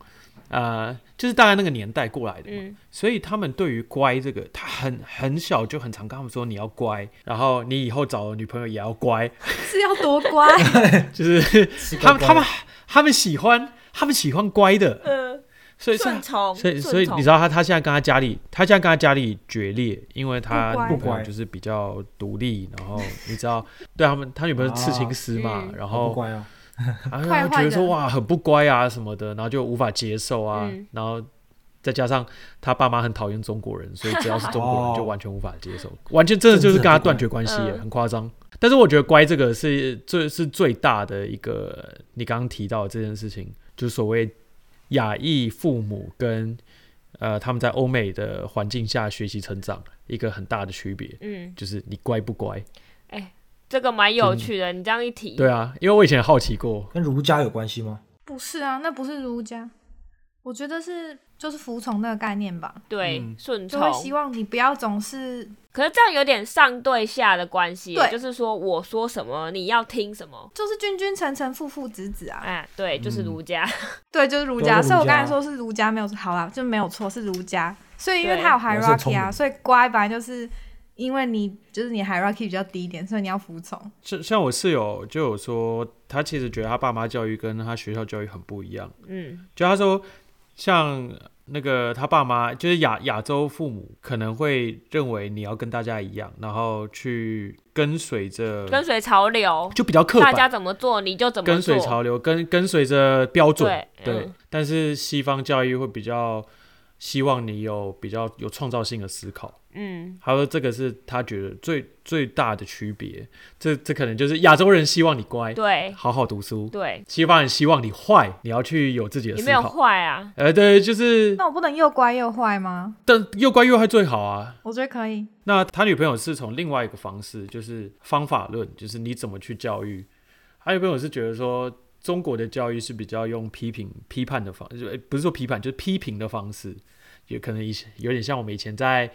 Speaker 1: 呃，就是大概那个年代过来的嘛，
Speaker 3: 嗯
Speaker 1: 所以他们对于乖这个，他很很小就很常跟他们说你要乖，然后你以后找的女朋友也要乖，
Speaker 2: 是要多乖， [laughs]
Speaker 1: 就是
Speaker 3: [laughs]
Speaker 4: 是乖
Speaker 1: 他们
Speaker 4: 乖
Speaker 1: 他们他们喜欢他们喜欢乖的，
Speaker 3: 嗯，
Speaker 1: 所以所以
Speaker 3: 顺从，
Speaker 1: 所以所
Speaker 3: 顺
Speaker 1: 以
Speaker 3: 从
Speaker 1: 你知道他他现在跟他家里，他现在跟他家里决裂，因为他女
Speaker 2: 不乖
Speaker 1: 朋
Speaker 4: 不
Speaker 1: 友
Speaker 4: 乖
Speaker 1: 就是比较独立，然后你知道对他们他女朋友是刺青师嘛，
Speaker 3: 啊嗯
Speaker 1: 然
Speaker 4: 好不
Speaker 1: 后
Speaker 4: 乖哦，
Speaker 1: 然后
Speaker 2: [laughs] 坏坏
Speaker 1: 啊觉得说
Speaker 2: 的
Speaker 1: 哇很不乖啊什么的，然后就无法接受啊，
Speaker 3: 嗯
Speaker 1: 然后再加上他爸妈很讨厌中国人，所以只要是中国人
Speaker 4: 哦
Speaker 1: 就完全无法接受，完全真的就是跟他断绝关系
Speaker 3: 政治
Speaker 1: 耶，
Speaker 3: 很不乖
Speaker 1: 很夸张。但是我觉得乖这个是最是最大的一个，你刚刚提到的这件事情，就是所谓亚裔父母跟呃他们在欧美的环境下学习成长一个很大的区别，
Speaker 3: 嗯，
Speaker 1: 就是你乖不乖？
Speaker 3: 这个蛮有趣的。你这样一提，
Speaker 1: 对啊，因为我以前好奇过，
Speaker 4: 跟儒家有关系吗？
Speaker 2: 不是啊，那不是儒家，我觉得是就是服从那个概念吧，
Speaker 3: 对
Speaker 1: 嗯
Speaker 3: 顺
Speaker 2: 就
Speaker 3: 从
Speaker 2: 会，希望你不要总是
Speaker 3: 可是这样有点上对下的关系，
Speaker 2: 对
Speaker 3: 就是说我说什么你要听什么。
Speaker 2: 就是君君臣臣父父子子啊，
Speaker 3: 哎，对，
Speaker 1: 嗯
Speaker 3: 就是儒家， [laughs]
Speaker 2: 对，就是儒
Speaker 4: 对
Speaker 2: 家，
Speaker 4: 是儒
Speaker 2: 所以我刚才
Speaker 4: 家
Speaker 2: 说是儒家没有好啦，就没有错是儒家，所以因为
Speaker 3: 对
Speaker 2: 它有
Speaker 4: 我是很聪
Speaker 2: hierarchy 啊，
Speaker 4: 明
Speaker 2: 所以乖本来就是因为你就是你 hierarchy 比较低一点，所以你要服从，
Speaker 1: 像像我室友就有说，他其实觉得他爸妈教育跟他学校教育很不一样。
Speaker 3: 嗯
Speaker 1: 就他说，像那个他爸妈，就是亚亚洲父母可能会认为你要跟大家一样，然后去跟随着，
Speaker 3: 跟随潮流，
Speaker 1: 就比较刻
Speaker 3: 大家
Speaker 1: 板，
Speaker 3: 怎么做你就怎么做。
Speaker 1: 跟随潮流，跟跟随着标准。
Speaker 3: 对嗯
Speaker 1: 但是西方教育会比较希望你有比较有创造性的思考。
Speaker 3: 嗯，
Speaker 1: 他说这个是他觉得最最大的区别，这这可能就是亚洲人希望你乖，
Speaker 3: 对
Speaker 1: 好好读书。
Speaker 3: 对，
Speaker 1: 西方人希望你坏，你要去有自己的
Speaker 3: 也
Speaker 1: 思
Speaker 3: 没有
Speaker 1: 考。
Speaker 3: 坏啊。
Speaker 1: 呃，对，就是
Speaker 2: 那我不能又乖又坏吗？
Speaker 1: 但又乖又坏最好啊。
Speaker 2: 我觉得可以，
Speaker 1: 那他女朋友是从另外一个方式，就是方法论，就是你怎么去教育。他女朋友是觉得说，中国的教育是比较用批评、批判的方，就呃不是说批判，就是批评的方式，也可能以前有点像我们以前在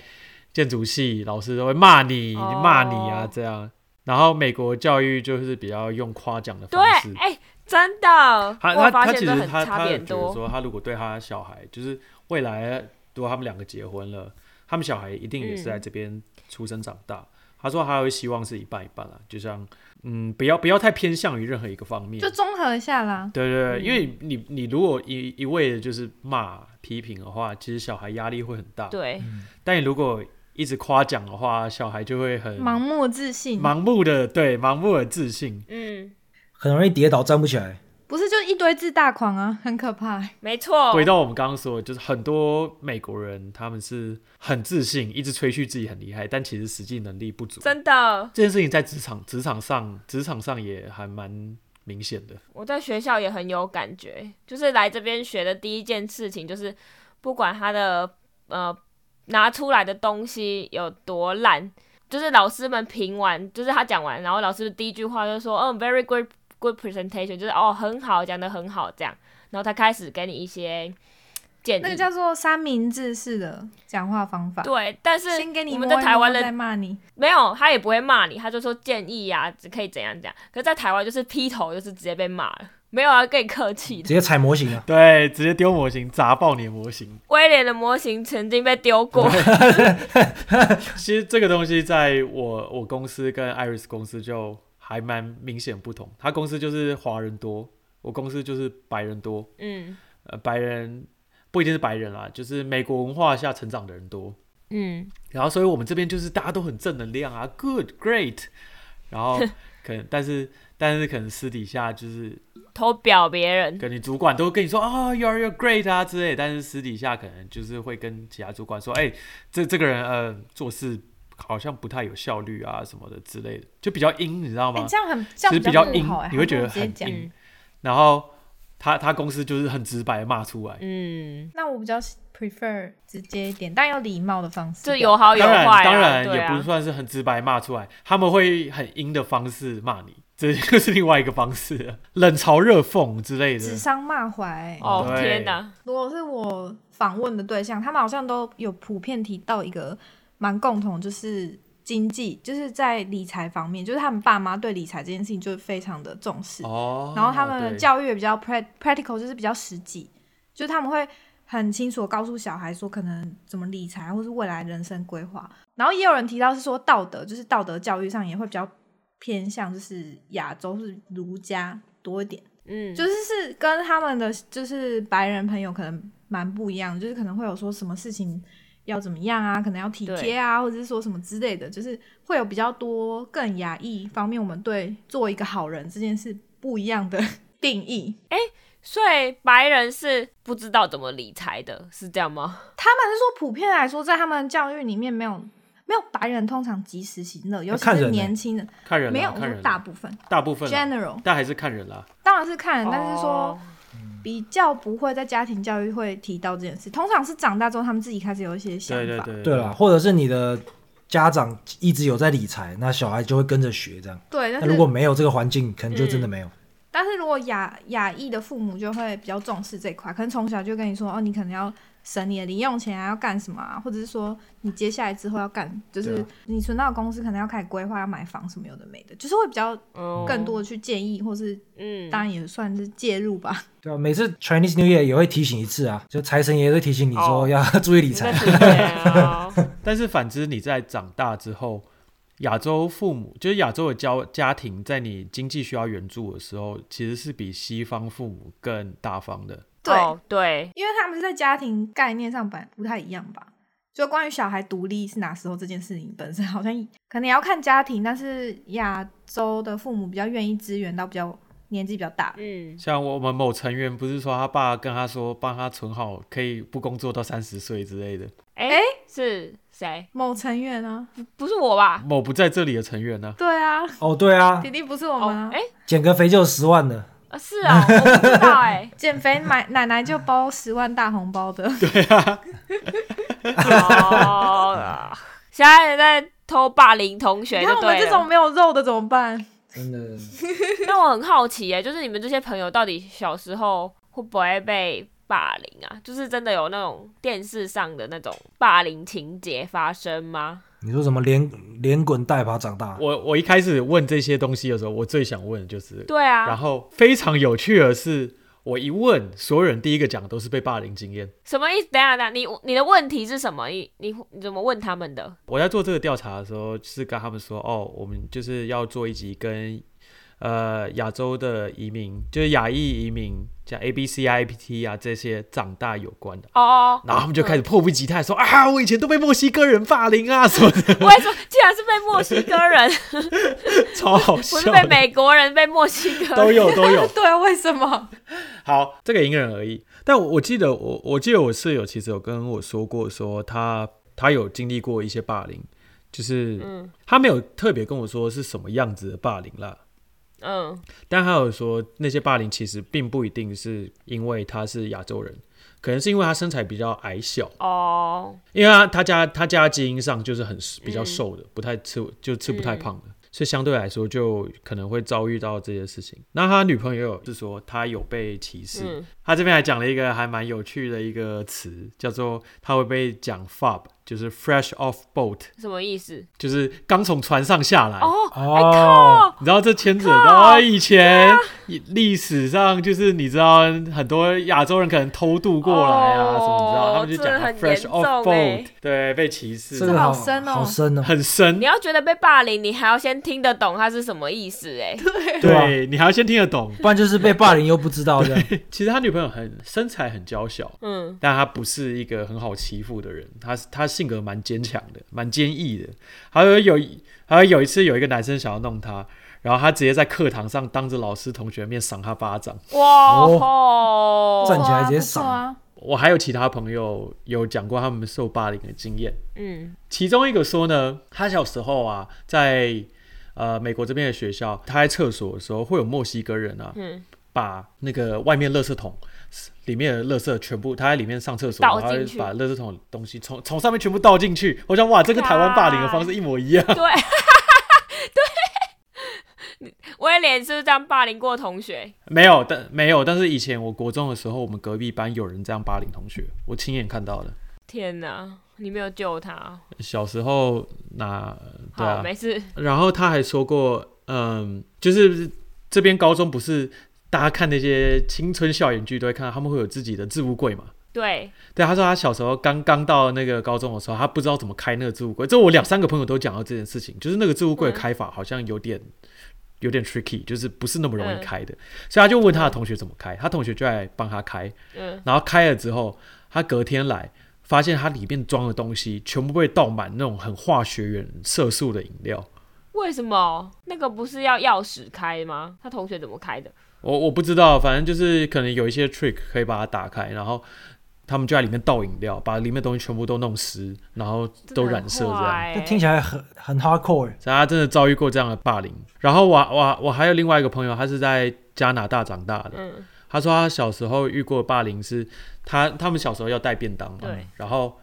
Speaker 1: 建筑系老师都会骂你、
Speaker 3: 哦
Speaker 1: 骂你啊这样。然后美国教育就是比较用夸奖的
Speaker 3: 对
Speaker 1: 方式，。
Speaker 3: 哎、真的，
Speaker 1: 他
Speaker 3: 我
Speaker 1: 他
Speaker 3: 有
Speaker 1: 他
Speaker 3: 发现
Speaker 1: 其
Speaker 3: 这
Speaker 1: 实
Speaker 3: 很
Speaker 1: 他
Speaker 3: 差
Speaker 1: 他
Speaker 3: 别
Speaker 1: 有
Speaker 3: 很
Speaker 1: 觉得
Speaker 3: 多。
Speaker 1: 说，他如果对他小孩，就是未来如果他们两个结婚了，他们小孩一定也是在
Speaker 3: 嗯
Speaker 1: 这边出生长大。他说他会希望是一半一半啦，就像嗯，不要不要太偏向于任何一个方面。
Speaker 2: 就综合一下啦。
Speaker 1: 对对对，
Speaker 3: 嗯
Speaker 1: 因为你你如果一一味的就是骂批评的话，其实小孩压力会很大。
Speaker 3: 对，
Speaker 1: 但你如果一直夸奖的话，小孩就会
Speaker 4: 嗯
Speaker 1: 很
Speaker 2: 盲目自信，
Speaker 1: 盲目的对盲目的自信。
Speaker 3: 嗯，
Speaker 4: 很容易跌倒，站不起来。
Speaker 2: 不是就一堆自大狂啊，很可怕、
Speaker 3: 没错，
Speaker 1: 回到我们刚刚说的，就是很多美国人他们是很自信，一直吹嘘自己很厉害，但其实实际能力不足。
Speaker 3: 真的，
Speaker 1: 这件事情在职场职场上职场上也还蛮明显的。
Speaker 3: 我在学校也很有感觉，就是来这边学的第一件事情就是，不管他的呃拿出来的东西有多烂，就是老师们评完，就是他讲完，然后老师第一句话就说，嗯，very good good presentation，就是哦很好，讲的很好这样，然后他开始给你一些建议，
Speaker 2: 那个叫做三明治式的讲话方法。
Speaker 3: 对，但是
Speaker 2: 先给你
Speaker 3: 我
Speaker 2: 摸
Speaker 3: 们
Speaker 2: 一
Speaker 3: 在
Speaker 2: 摸，
Speaker 3: 台湾的
Speaker 2: 再骂你，
Speaker 3: 没有，他也不会骂你，他就说建议呀、只可以怎样怎样。可是在台湾就是劈头就是直接被骂了，没有要跟你客气
Speaker 4: 直
Speaker 3: 的。
Speaker 4: 接踩模型啊，
Speaker 1: 对，直接丢模型，砸爆你的模
Speaker 3: [laughs]
Speaker 1: 型。
Speaker 3: 威廉的模型曾经被
Speaker 1: [laughs]
Speaker 3: 丢过，
Speaker 1: 其实这个东西在我我公司跟 Iris 公司就还蛮明显不同。他公司就是华人多，我公司就是白人多。
Speaker 3: 嗯
Speaker 1: 呃，白人不一定是白人啦，就是美国文化下成长的人多。
Speaker 3: 嗯，
Speaker 1: 然后所以我们这边就是大家都很正能量啊，good great，然
Speaker 2: [laughs]
Speaker 1: 后可能但是但是可能私底下就是
Speaker 3: 偷表别人，
Speaker 1: 跟你主管都跟你说啊、y o u are you great 啊之类，但是私底下可能就是会跟其他主管说，哎、这这个人呃做事好像不太有效率啊什么的之类的，就比较阴，你知道
Speaker 2: 哎、
Speaker 1: 吗？
Speaker 2: 这样很这
Speaker 1: 其
Speaker 2: 样
Speaker 1: 实
Speaker 2: 比
Speaker 1: 较
Speaker 2: 不
Speaker 1: 阴
Speaker 2: 好哎、，
Speaker 1: 你会觉得
Speaker 2: 还不如直
Speaker 1: 很
Speaker 2: 接讲。
Speaker 1: 阴。然后他他公司就是很直白的骂出来，
Speaker 3: 嗯，
Speaker 2: 那我比较 prefer 直接一点，但要礼貌的方式。
Speaker 3: 就有好有
Speaker 1: 当
Speaker 3: 坏、
Speaker 1: 然，
Speaker 3: 啊，
Speaker 1: 当然
Speaker 3: 对
Speaker 1: 也不
Speaker 3: 啊，
Speaker 1: 算是很直白骂出来，他们会很阴的方式骂你，这就是另外一个方式了，冷嘲热讽之类的。
Speaker 2: 指桑骂槐。
Speaker 3: 哦
Speaker 1: 对
Speaker 3: 天哪，
Speaker 2: 如果是我访问的对象，他们好像都有普遍提到一个蛮共同，就是经济，就是在理财方面，就是他们爸妈对理财这件事情就非常的重视。
Speaker 1: 哦，
Speaker 2: 然后他们的
Speaker 1: 对
Speaker 2: 教育也比较 prac- practical，就是比较实际，就是他们会很清楚地告诉小孩说可能怎么理财，或是未来人生规划。然后也有人提到是说道德，就是道德教育上也会比较偏向就是亚洲是儒家多一点，
Speaker 3: 嗯，
Speaker 2: 就是是跟他们的就是白人朋友可能蛮不一样，就是可能会有说什么事情。要怎么样啊？可能要体贴啊，或者是说什么之类的，就是会有比较多更压抑方面，我们对做一个好人这件事不一样的定义。
Speaker 3: 所以白人是不知道怎么理财的，是这样吗？
Speaker 2: 他们是说普遍来说，在他们教育里面没有没有白人通常及时行乐，尤其
Speaker 4: 看人
Speaker 2: 是
Speaker 4: 欸
Speaker 2: 年轻人，
Speaker 1: 看人啦啊
Speaker 2: 没有我
Speaker 1: 看
Speaker 2: 说
Speaker 1: 人啦
Speaker 2: 大部分
Speaker 1: 大部分啦，啊
Speaker 2: general
Speaker 1: 但还是看人啦。
Speaker 2: 当然是看人，但是说
Speaker 3: 哦，
Speaker 2: 比较不会在家庭教育会提到这件事，通常是长大之后他们自己开始有一些想法。
Speaker 1: 对对对，
Speaker 4: 对啦，或者是你的家长一直有在理财，那小孩就会跟着学这样。
Speaker 2: 对但
Speaker 4: 那
Speaker 2: 是嗯
Speaker 4: 如果没有这个环境，可能就真的没有。
Speaker 2: 但是如果亚亚裔的父母就会比较重视这一块，可能从小就跟你说，哦，你可能要省你的零用钱啊，要干什么啊，或者是说你接下来之后要干，就
Speaker 1: 对
Speaker 2: 是
Speaker 1: 啊
Speaker 2: 你存到的公司可能要开始规划要买房什么有的没的，就是会比较
Speaker 3: 嗯
Speaker 2: 更多的去建议，或是
Speaker 3: 嗯，
Speaker 2: 当然也算是介入吧。
Speaker 4: 对啊，每次 Chinese New Year 也会提醒一次啊，就财神爷会提醒你说
Speaker 3: 哦
Speaker 4: 要注意理
Speaker 3: 你在
Speaker 4: 财。
Speaker 3: [laughs] 理财啊，
Speaker 1: 但是反之，你在长大之后，亚洲父母就是亚洲的教家庭，在你经济需要援助的时候，其实是比西方父母更大方的。
Speaker 2: 对，
Speaker 3: 哦对，
Speaker 2: 因为他们在家庭概念上本来不太一样吧。就关于小孩独立是哪时候这件事情本身，好像可能也要看家庭，但是亚洲的父母比较愿意支援到比较年纪比较大的
Speaker 3: 嗯，
Speaker 1: 像我们某成员不是说他爸跟他说帮他存好，可以不工作到三十岁之类的。
Speaker 3: 哎、是谁？
Speaker 2: 某成员啊，
Speaker 3: 不是我吧？
Speaker 1: 某不在这里的成员呢、
Speaker 2: 对啊，
Speaker 4: 哦，对啊
Speaker 2: 弟，弟不是我们
Speaker 3: 哦
Speaker 2: 啊，，
Speaker 3: 哎、
Speaker 4: 减个肥就十万了。
Speaker 3: 啊是啊，我不知道
Speaker 2: [laughs]
Speaker 3: 哎、
Speaker 2: 减肥买奶奶就包十万大红包的，
Speaker 3: 哦，啊现在在偷霸凌同学
Speaker 2: 你
Speaker 3: 就
Speaker 2: 看我们
Speaker 3: 对
Speaker 2: 这种
Speaker 3: 了。
Speaker 2: 没有肉的怎么办？
Speaker 4: 真的，
Speaker 3: [laughs] 那我很好奇哎、就是你们这些朋友到底小时候会不会被霸凌啊？就是真的有那种电视上的那种霸凌情节发生吗？
Speaker 4: 你说什么连连滚带爬长大？
Speaker 1: 我我一开始问这些东西的时候，我最想问的就是，
Speaker 3: 对
Speaker 1: 然
Speaker 3: 啊，
Speaker 1: 后非常有趣的是，我一问，所有人第一个讲的都是被霸凌经验。
Speaker 3: 什么意思？等一下，等一下，你你的问题是什么？你你你怎么问他们的？
Speaker 1: 我在做这个调查的时候，是跟他们说，哦，我们就是要做一集跟呃亚洲的移民，就是亚裔移民，像 A B C I P T 啊这些长大有关的。
Speaker 3: 哦，
Speaker 1: 然后他们就开始迫不及待说、啊，我以前都被墨西哥人霸凌啊什么的，
Speaker 3: [laughs] 我也说，竟然是被墨西哥
Speaker 1: [laughs]
Speaker 3: 人，
Speaker 1: 超好
Speaker 3: 不
Speaker 1: 笑
Speaker 3: 是
Speaker 1: 的。
Speaker 3: 被美国人，被墨西哥
Speaker 1: 都
Speaker 3: 人。
Speaker 1: 有都有，
Speaker 2: 对啊，为什
Speaker 4: [laughs]
Speaker 2: 么？
Speaker 1: 好，这个因人而异。但我我记得我我记得我室友其实有跟我说过，说他他有经历过一些霸凌，就是、
Speaker 3: 嗯
Speaker 1: 他没有特别跟我说是什么样子的霸凌啦，
Speaker 3: 嗯
Speaker 1: 但他有说那些霸凌其实并不一定是因为他是亚洲人，可能是因为他身材比较矮小，
Speaker 3: 哦，
Speaker 1: 因为他他家他家基因上就是很比较瘦的，不太吃就吃不太
Speaker 3: 嗯
Speaker 1: 胖的，所以相对来说就可能会遭遇到这些事情。那他女朋友是说他有被歧视，
Speaker 3: 嗯，
Speaker 1: 他这边还讲了一个还蛮有趣的一个词，叫做他会被讲 fob，就是 fresh off boat，
Speaker 3: 什么意思？
Speaker 1: 就是刚从船上下来。
Speaker 3: 哦，
Speaker 4: 哦，
Speaker 1: 你知道这牵扯到哎以前
Speaker 3: 啊
Speaker 1: 历史上，就是你知道很多亚洲人可能偷渡过来啊，
Speaker 3: 哦
Speaker 1: 什么你知道，他们就
Speaker 3: 这
Speaker 1: 讲
Speaker 3: 很
Speaker 1: fresh
Speaker 3: 严
Speaker 1: off
Speaker 3: 重欸
Speaker 1: boat，对，被歧视
Speaker 4: 这，个
Speaker 2: 好
Speaker 4: 好
Speaker 2: 深哦
Speaker 4: 好深哦。
Speaker 1: 很深
Speaker 3: 你。要觉得被霸凌，你还要先听得懂它是什么意思哎、
Speaker 4: 对啊
Speaker 1: 对你还要先听得懂。
Speaker 4: 不然就是被霸凌又不知道这样，
Speaker 1: 其实他女朋友很身材很娇小，
Speaker 3: 嗯，
Speaker 1: 但他不是一个很好欺负的人，他他性格蛮坚强的，蛮坚毅的。还有有还有有一次有一个男生想要弄他，然后他直接在课堂上当着老师同学面赏他巴掌。
Speaker 3: [laughs] 哇
Speaker 4: 哦
Speaker 3: 吼，
Speaker 1: 哦
Speaker 4: 站起来直接
Speaker 2: 不错啊，
Speaker 1: 我还有其他朋友有讲过他们受霸凌的经验，
Speaker 3: 嗯
Speaker 1: 其中一个说呢，他小时候啊，在呃美国这边的学校，他在厕所的时候会有墨西哥人啊，
Speaker 3: 嗯，
Speaker 1: 把那个外面垃圾桶里面的垃圾全部，他在里面上厕所，然
Speaker 3: 倒
Speaker 1: 后他
Speaker 3: 进
Speaker 1: 就
Speaker 3: 去
Speaker 1: 把垃圾桶的东西从从上面全部倒进去。我想，哇，这跟台湾霸凌的方式一模一样。 [laughs]
Speaker 3: 对， [laughs] 对，威廉是不是这样霸凌过同学？
Speaker 1: 没有，但没有，但是以前我国中的时候，我们隔壁班有人这样霸凌同学，我亲眼看到的。
Speaker 3: 天哪，你没有救他，
Speaker 1: 小时候那对
Speaker 3: 好，
Speaker 1: 啊，
Speaker 3: 没事，
Speaker 1: 然后他还说过，嗯，就是这边高中不是大家看那些青春校园剧都会看到他们会有自己的置物柜嘛？
Speaker 3: 对，
Speaker 1: 对，他说他小时候刚刚到那个高中的时候，他不知道怎么开那个置物柜。这我两三个朋友都讲到这件事情，就是那个置物柜的
Speaker 3: 嗯
Speaker 1: 开法好像有点、有点 tricky，就是不是那么容易
Speaker 3: 嗯
Speaker 1: 开的，所以他就问他的同学怎么开，他同学就来帮他开，
Speaker 3: 嗯，
Speaker 1: 然后开了之后，他隔天来发现它里面装的东西全部被倒满那种很化学元色素的饮料。
Speaker 3: 为什么那个不是要钥匙开吗？他同学怎么开的？
Speaker 1: 我我不知道，反正就是可能有一些 trick 可以把它打开，然后他们就在里面倒饮料，把里面东西全部都弄湿，然后都染色这样。
Speaker 3: 欸
Speaker 4: 这听起来很很 hardcore 欸。
Speaker 1: 所以他真的遭遇过这样的霸凌。然后我我我还有另外一个朋友，他是在加拿大长大的，
Speaker 3: 嗯
Speaker 1: 他说他小时候遇过霸凌是，他他们小时候要带便当嘛
Speaker 3: 对，
Speaker 1: 然后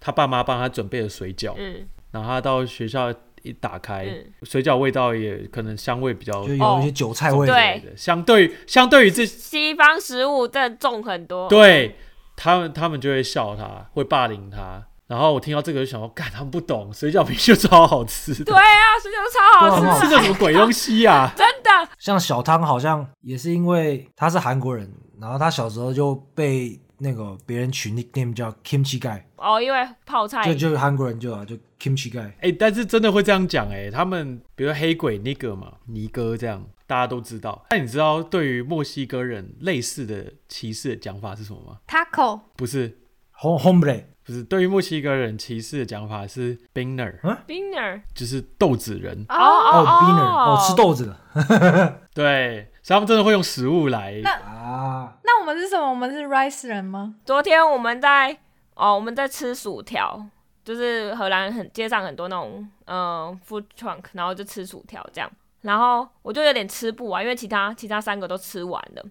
Speaker 1: 他爸妈帮他准备了水饺，
Speaker 3: 嗯
Speaker 1: 然后他到学校一打
Speaker 4: 哎
Speaker 1: 开，
Speaker 3: 嗯，
Speaker 1: 水饺味道也可能香味比较
Speaker 4: 就有一些韭菜味，
Speaker 3: 哦对
Speaker 1: 相对相对于这
Speaker 3: 西方食物真的重很多。
Speaker 1: 对他们，他们就会笑他，会霸凌他。然后我听到这个就想说，干，他们不懂，水饺明明就超好吃的，
Speaker 3: 对啊，水饺超好吃
Speaker 4: 对
Speaker 3: 的
Speaker 4: 啊，
Speaker 1: 吃的什么鬼东西啊？
Speaker 3: 真的。
Speaker 4: 像小汤好像也是因为他是韩国人，然后他小时候就被那个别人取 nickname 叫 Kimchi Guy，
Speaker 3: 哦，因为泡菜
Speaker 4: 就就韩国人就啊就 Kimchi Guy。
Speaker 1: 哎、但是真的会这样讲哎、他们比如说黑鬼那个嘛，尼哥这样，大家都知道。那你知道对于墨西哥人类似的歧视的讲法是什么吗？
Speaker 2: 啊 taco
Speaker 1: 不是，
Speaker 4: Home Hombre
Speaker 1: 不是，对于墨西哥人歧视的讲法是 beaner，
Speaker 3: Binner
Speaker 1: 就是豆子人。
Speaker 3: 哦
Speaker 4: 哦
Speaker 3: 哦
Speaker 4: b i n n e r 哦吃豆子的
Speaker 1: 对，所以他们真的会用食物来。
Speaker 2: 那
Speaker 4: 啊，
Speaker 2: 那我们是什么？我们是 rice 人吗？
Speaker 3: 昨天我们在哦我们在吃薯条，就是荷兰很街上很多那种嗯 food trunk，然后就吃薯条这样。然后我就有点吃不完，因为其他其他三个都吃完了。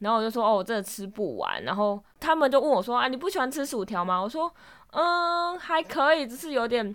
Speaker 3: 然后我就说哦，我真的吃不完。然后他们就问我说啊，你不喜欢吃薯条吗？我说嗯，还可以，只是有点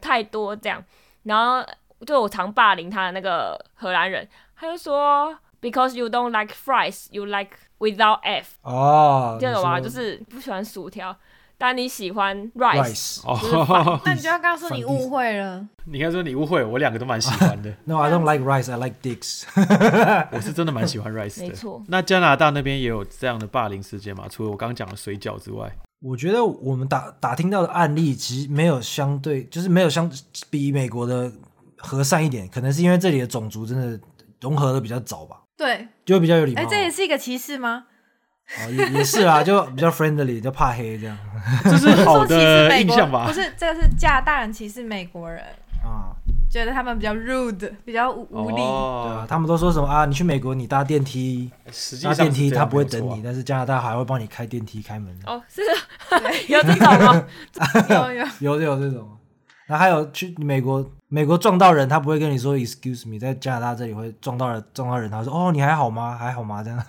Speaker 3: 太多这样。然后就我常霸凌他的那个荷兰人，他就说 because you don't like fries, you like without f。
Speaker 4: 哦，
Speaker 3: 第二个吧，就
Speaker 4: 你说
Speaker 3: 是不喜欢薯条，但你喜欢 rice，
Speaker 4: rice。
Speaker 3: 就是反
Speaker 1: 哦，
Speaker 2: 那你就要告诉你
Speaker 4: 反地
Speaker 2: 误会了。
Speaker 1: [laughs] 你应该说你误会，我两个都蛮喜欢的。
Speaker 4: No, I don't like rice. I like dicks. [laughs]
Speaker 2: [laughs]
Speaker 1: 我是真的蛮喜欢 rice 的。
Speaker 3: 没错
Speaker 1: 那加拿大那边也有这样的霸凌事件吗？除了我刚刚讲的水饺之
Speaker 2: [laughs]
Speaker 1: 外，
Speaker 4: 我觉得我们打打听到的案例，其实没有相对，就是没有相比美国的和善一点，可能是因为这里的种族真的融合的比较早吧，
Speaker 2: 对，
Speaker 4: 就会比较有礼貌。
Speaker 2: 哎，这也是一个歧视吗？
Speaker 4: 哦也也是啊，就比较 friendly，就怕黑这样
Speaker 1: 这是好
Speaker 2: 说歧视
Speaker 1: 的
Speaker 2: 美
Speaker 1: 印
Speaker 2: 国
Speaker 1: 象吧
Speaker 2: 不？是，这个是加拿大人歧视美国人，
Speaker 4: 啊。
Speaker 2: 觉得他们比较 rude，比较无无理。
Speaker 4: 对
Speaker 1: 哦，，
Speaker 4: 啊他们都说什么啊？你去美国，你搭电梯，
Speaker 1: 实际
Speaker 4: 啊搭
Speaker 1: 上
Speaker 4: 电
Speaker 1: 是
Speaker 4: 梯
Speaker 1: 这
Speaker 4: 他
Speaker 1: 样
Speaker 4: 不会
Speaker 1: 没有
Speaker 4: 等
Speaker 1: 错啊
Speaker 4: 你，但是加拿大还会帮你开电梯、开门。
Speaker 3: 哦，是 [laughs]
Speaker 1: [laughs]
Speaker 3: 有这种吗？
Speaker 2: 有有，
Speaker 4: 有的有这种。然后还有去美国，美国撞到人，他不会跟你说 “excuse me”，在加拿大这里会撞到人，撞到人，他会说“哦，你还好吗？还好吗？”这样，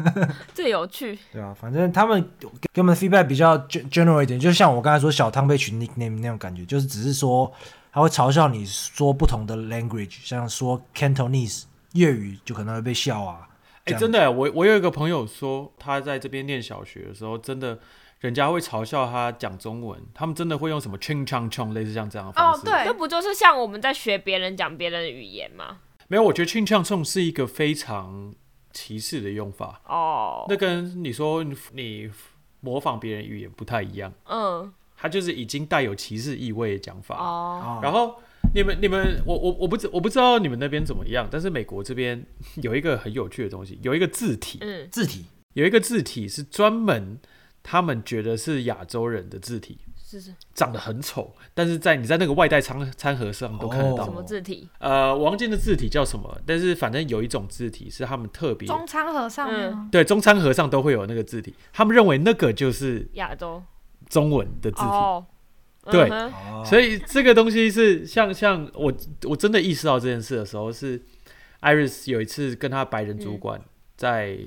Speaker 3: 这有趣，
Speaker 4: 对啊，反正他们给给我们的 feedback 比较 gen- general 一点，就像我刚才说小汤被取 nickname 那种感觉，就是只是说他会嘲笑你说不同的 language，像说 Cantonese 粤语就可能会被笑啊，
Speaker 1: 哎、
Speaker 4: 这样
Speaker 1: 真的耶，我我有一个朋友说，他在这边念小学的时候，真的人家会嘲笑他讲中文，他们真的会用什么 ching chang chong 类似像这样的方
Speaker 2: 哦
Speaker 1: 式。，
Speaker 2: 对
Speaker 3: 这，不就是像我们在学别人讲别人的语言吗？
Speaker 1: 没有，我觉得 ching chang chong 是一个非常歧视的用法，
Speaker 3: 哦，
Speaker 1: 那跟你说你你模仿别人语言不太一样，
Speaker 3: 嗯，
Speaker 1: 它就是已经带有歧视意味的讲法。
Speaker 3: 哦，
Speaker 4: 啊，
Speaker 1: 然后你们你们我我我不知我不知道你们那边怎么样，但是美国这边 [laughs] 有一个很有趣的东西，有一个字体，
Speaker 3: 嗯，
Speaker 4: 字体
Speaker 1: 有一个字体是专门他们觉得是亚洲人的字体，
Speaker 3: 是是，
Speaker 1: 长得很丑，但是在你在那个外带餐餐盒上都看得到。
Speaker 4: 哦
Speaker 3: 什么字体？
Speaker 1: 呃，王健的字体叫什么？但是反正有一种字体是他们特别
Speaker 2: 中餐和尚吗？
Speaker 1: 对中餐盒上都会有那个字体，他们认为那个就是
Speaker 3: 亚洲
Speaker 1: 中文的字体。
Speaker 3: 哦，
Speaker 1: 对
Speaker 3: 嗯哼
Speaker 4: 哦，
Speaker 1: 所以这个东西是像像我我真的意识到这件事的时候是，Iris 有一次跟他白人主管在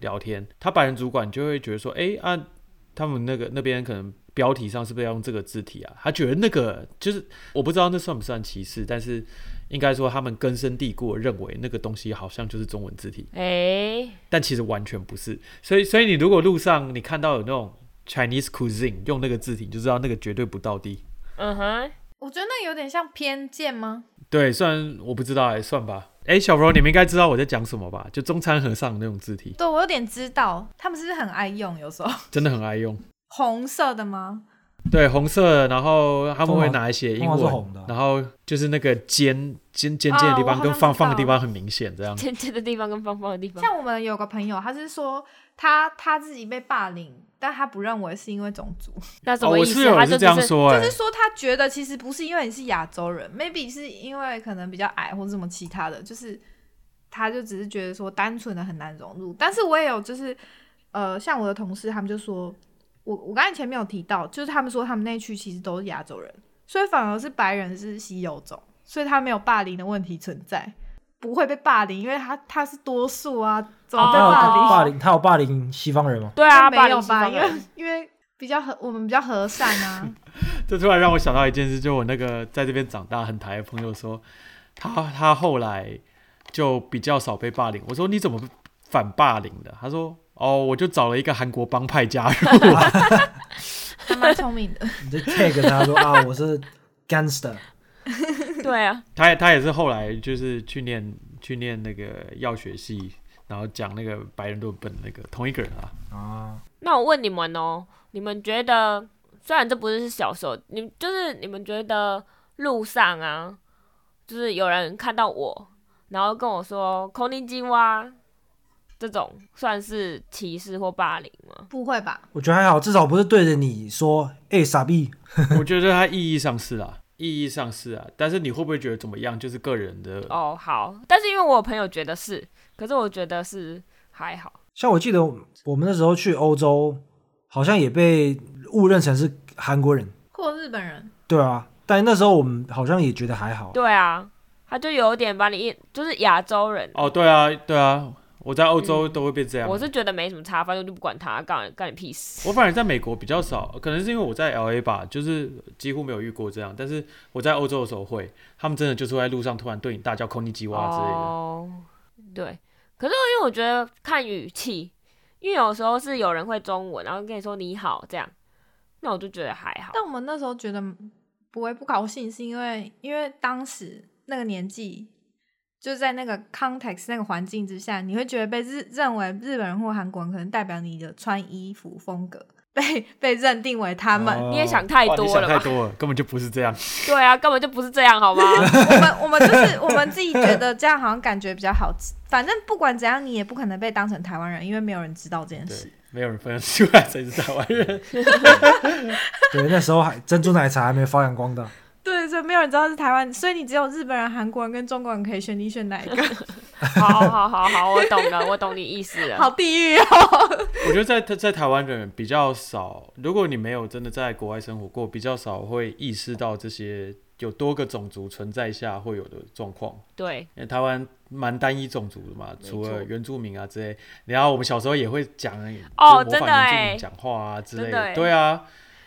Speaker 1: 聊天，他白人主管就会觉得说，哎、啊，他们那个那边可能标题上是不是要用这个字体啊？他觉得那个就是我不知道那算不算歧视，但是应该说他们根深蒂固地认为那个东西好像就是中文字体，
Speaker 3: 哎，
Speaker 1: 但其实完全不是。所以所以你如果路上你看到有那种 Chinese cuisine 用那个字体，你就知道那个绝对不到地。
Speaker 3: 嗯哼，
Speaker 2: 我觉得那有点像偏见吗？
Speaker 1: 对，算我不知道哎、算吧。哎、小柔，你们应该知道我在讲什么吧？就中餐和尚那种字体，
Speaker 2: 对我有点知道，他们是不是很爱用？有时候
Speaker 1: 真的很爱用。
Speaker 2: 红色的吗？
Speaker 1: 对，红色，然后他们会
Speaker 4: 通常
Speaker 1: 拿来写英
Speaker 4: 通常
Speaker 1: 文，
Speaker 4: 是红的啊
Speaker 1: 然后就是那个尖尖尖尖的地
Speaker 2: 哦我
Speaker 1: 方
Speaker 2: 好
Speaker 1: 跟
Speaker 2: 像
Speaker 1: 放
Speaker 2: 知
Speaker 1: 放的
Speaker 2: 道
Speaker 1: 地方很明显，这样。
Speaker 3: 尖尖的地方跟方方的地方，
Speaker 2: [laughs] 像我们有个朋友，他是说他他自己被霸凌，但他不认为是因为种族，
Speaker 3: 那什
Speaker 1: 哦，我
Speaker 3: 么意
Speaker 1: 室
Speaker 3: 思？
Speaker 1: 友
Speaker 3: 他
Speaker 1: 也
Speaker 3: 就
Speaker 1: 这
Speaker 3: 只
Speaker 1: 样
Speaker 3: 是
Speaker 1: 说哎、
Speaker 2: 就是说啊他觉得其实不是因为你是亚洲人，maybe 是因为可能比较矮或者什么其他的，就是他就只是觉得说单纯的很难融入。但是我也有就是呃，像我的同事他们就说，我我刚才前面有提到，就是他们说他们那区其实都是亚洲人，所以反而是白人是稀有种，所以他没有霸凌的问题存在。不会被霸凌，因为他他是多数啊，怎么
Speaker 3: 哦
Speaker 2: 被
Speaker 4: 他有
Speaker 2: 霸凌？
Speaker 4: 霸凌，他有霸凌西方人吗？
Speaker 3: 对啊，
Speaker 2: 没有
Speaker 3: 西
Speaker 2: 吧？
Speaker 3: 方
Speaker 2: 因为
Speaker 3: 人
Speaker 2: 因为比较和我们比较和善啊，
Speaker 1: 这突然让我想到一件事，就我那个在这边长大很台的朋友说，他他后来就比较少被霸凌。我说你怎么反霸凌的？他说哦，我就找了一个韩国帮派加入。
Speaker 2: 还蛮聪明的。
Speaker 4: 你就 tag 他说啊，我是 gangster，
Speaker 3: 对啊，
Speaker 1: 他也他也是后来就是去念去念那个药学系，然后讲那个白人都很笨的那个同一个人啊。
Speaker 4: 啊，
Speaker 3: 那我问你们哦，你们觉得虽然这不是小时候，你们就是你们觉得路上啊，就是有人看到我，然后跟我说“空尼基哇”，这种算是歧视或霸凌吗？
Speaker 2: 不会吧？
Speaker 4: 我觉得还好，至少不是对着你说，哎、傻逼，
Speaker 1: 我觉得他意义上是啊，意义上是啊，但是你会不会觉得怎么样？就是个人的，
Speaker 3: 哦，好，但是因为我有朋友觉得是，可是我觉得是还好，
Speaker 4: 像我记得我们那时候去欧洲，好像也被误认成是韩国人，
Speaker 2: 或日本人，
Speaker 4: 对啊，但那时候我们好像也觉得还好，
Speaker 3: 对啊，他就有点把你就是亚洲人，
Speaker 1: 哦，对啊，对啊，我在欧洲都会被这样。
Speaker 3: 嗯我是觉得没什么差，反正我就不管他，干干你屁事。
Speaker 1: 我反而在美国比较少，可能是因为我在 L A 吧，就是几乎没有遇过这样。但是我在欧洲的时候会，他们真的就是会在路上突然对你大叫“空尼基哇”啊之类的。
Speaker 3: 哦，对。可是因为我觉得看语气，因为有时候是有人会中文，然后跟你说你好这样，那我就觉得还好。
Speaker 2: 但我们那时候觉得不会不高兴，是因为因为当时那个年纪，就在那个 context 那个环境之下，你会觉得被日认为日本人或韩国人可能代表你的穿衣服风格，被被认定为他
Speaker 1: 哦
Speaker 2: 们。
Speaker 3: 你也想太
Speaker 1: 哇
Speaker 3: 多
Speaker 1: 你想
Speaker 3: 了
Speaker 1: 太
Speaker 3: 吧？
Speaker 1: 多了，根本就不是这样。
Speaker 3: 对啊，根本就不是这样，好吗？
Speaker 2: 我们我们就是我们自己觉得这样好像感觉比较好， [laughs] 反正不管怎样，你也不可能被当成台湾人，因为没有人知道这件
Speaker 1: 对
Speaker 2: 事。，
Speaker 1: 没有人分得出来谁是台湾人。
Speaker 4: 对，那时候还珍珠奶茶还没发扬光大。
Speaker 2: 对，所以没有人知道是台湾，所以你只有日本人、韩国人跟中国人可以选，你选哪一个？
Speaker 3: 好好好好，我懂了，我懂你意思了。
Speaker 2: 好地狱哦！
Speaker 1: 我觉得在在台湾的人比较少，如果你没有真的在国外生活过，比较少会意识到这些有多个种族存在下会有的状况。
Speaker 3: 对，
Speaker 1: 因为台湾蛮单一种族的嘛，除
Speaker 3: 错
Speaker 1: 了原住民啊之类，然后我们小时候也会讲
Speaker 3: 哦
Speaker 1: 就是模
Speaker 3: 真的
Speaker 1: 仿原住
Speaker 3: 欸
Speaker 1: 民讲话啊之类
Speaker 3: 真的欸
Speaker 1: 对啊，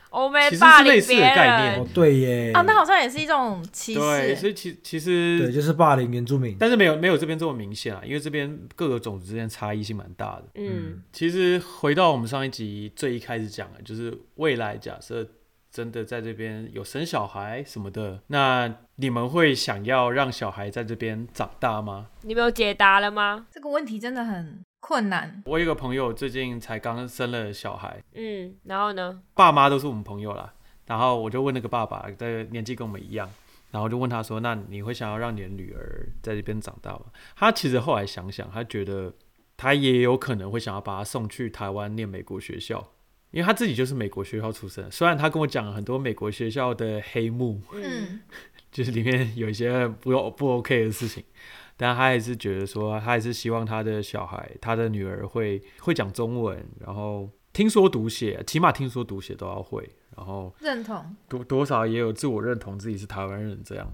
Speaker 3: 我没
Speaker 1: 其实
Speaker 3: 霸
Speaker 1: 是类
Speaker 3: 凌
Speaker 1: 似的
Speaker 3: 别
Speaker 1: 概念
Speaker 3: 人嗯
Speaker 4: 哦，，对耶，
Speaker 2: 啊，那好像也是一种歧
Speaker 1: 对，所
Speaker 2: 视。欸
Speaker 1: 以其其
Speaker 4: 对，
Speaker 1: 实，
Speaker 4: 就是霸凌原住民。
Speaker 1: 但是没有没有这边这么明显啊，因为这边各个种族之间差异性蛮大的。
Speaker 3: 嗯，
Speaker 1: 其实回到我们上一集最一开始讲的，就是未来假设真的在这边有生小孩什么的，那你们会想要让小孩在这边长大吗？
Speaker 3: 你没有解答了吗？
Speaker 2: 这个问题真的很困难。
Speaker 1: 我有一个朋友最近才刚生了小孩，
Speaker 3: 嗯，然后呢？
Speaker 1: 爸妈都是我们朋友啦。然后我就问那个爸爸，的年纪跟我们一样，然后就问他说：“那你会想要让你的女儿在这边长大吗？”他其实后来想想，他觉得他也有可能会想要把她送去台湾念美国学校，因为他自己就是美国学校出身。虽然他跟我讲了很多美国学校的黑幕，
Speaker 2: 嗯，
Speaker 1: 就是里面有一些不不 OK 的事情，但他还是觉得说，他还是希望他的小孩，他的女儿会会讲中文，然后听说读写，起码听说读写都要会，然后
Speaker 2: 认同。
Speaker 1: 多多少也有自我认同自己是台湾人这样。啊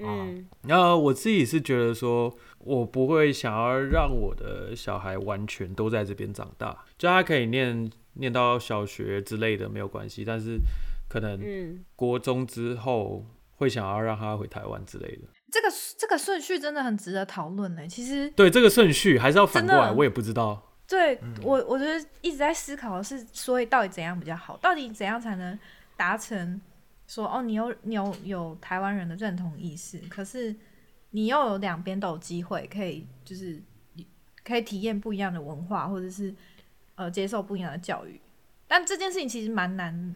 Speaker 3: 嗯，
Speaker 1: 那我自己是觉得说，我不会想要让我的小孩完全都在这边长大，就他可以念念到小学之类的没有关系，但是可能
Speaker 3: 嗯，
Speaker 1: 国中之后会想要让他回台湾之类的。
Speaker 2: 这个这个顺序真的很值得讨论呢。其实
Speaker 1: 对这个顺序还是要反过来，
Speaker 2: 真的
Speaker 1: 我也不知道。
Speaker 2: 对、我，我觉得一直在思考的是，所以到底怎样比较好？到底怎样才能达成说哦，你有你有有台湾人的认同意识，可是你又有两边都有机会，可以就是可以体验不一样的文化，或者是呃接受不一样的教育。但这件事情其实蛮难，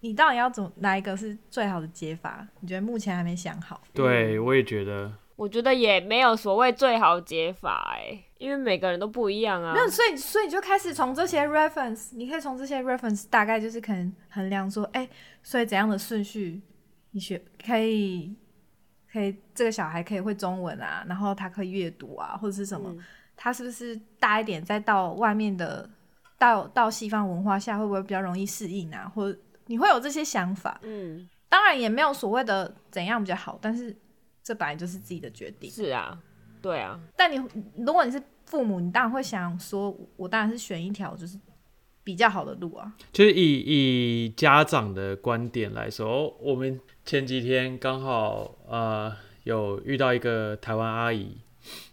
Speaker 2: 你到底要怎么哪一个是最好的解法？你觉得目前还没想好。
Speaker 1: 对，我也觉得，
Speaker 3: 我觉得也没有所谓最好解法哎，因为每个人都不一样啊
Speaker 2: 没。有，所以所以你就开始从这些 reference，你可以从这些 reference 大概就是可能衡量说，哎、所以怎样的顺序你学可以可以这个小孩可以会中文啊，然后他可以阅读啊，或者是什么，
Speaker 3: 嗯
Speaker 2: 他是不是大一点再到外面的到到西方文化下会不会比较容易适应啊，或者你会有这些想法，
Speaker 3: 嗯，
Speaker 2: 当然也没有所谓的怎样比较好，但是这本来就是自己的决定。
Speaker 3: 是啊，对啊，
Speaker 2: 但你如果你是父母，你当然会想说，我当然是选一条就是比较好的路啊。
Speaker 1: 就是以以家长的观点来说，哦我们前几天刚好呃有遇到一个台湾阿姨，
Speaker 2: 嗯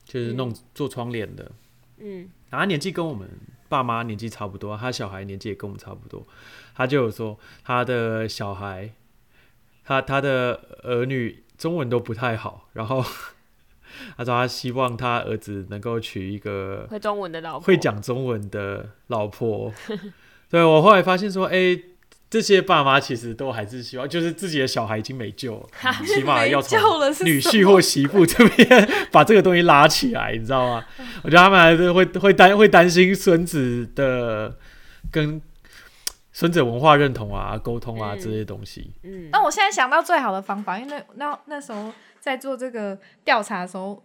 Speaker 1: 就是弄、做窗帘的，
Speaker 3: 嗯，
Speaker 1: 然后她年纪跟我们爸妈年纪差不多，她小孩年纪也跟我们差不多，她就有说她的小孩，她她的儿女中文都不太好，然后 [laughs] 她说她希望她儿子能够娶一个 [laughs]
Speaker 3: 会中文的老婆
Speaker 1: 会，讲中文的老婆。 [laughs] 对我后来发现说，哎、这些爸妈其实都还是希望，就是自己的小孩已经没救
Speaker 2: [laughs]
Speaker 1: 了，起码要从
Speaker 2: 没救了是
Speaker 1: 女
Speaker 2: 什
Speaker 1: 婿
Speaker 2: 么
Speaker 1: 或媳妇这边 [laughs] 把这个东西拉起来，你知道
Speaker 2: [laughs]
Speaker 1: 吗？我觉得他们还是会会担会担心孙子的跟孙子文化认同啊、沟通啊
Speaker 3: 嗯
Speaker 1: 这些东西。
Speaker 3: 嗯，
Speaker 2: 那我现在想到最好的方法，因为那那那时候在做这个调查的时候，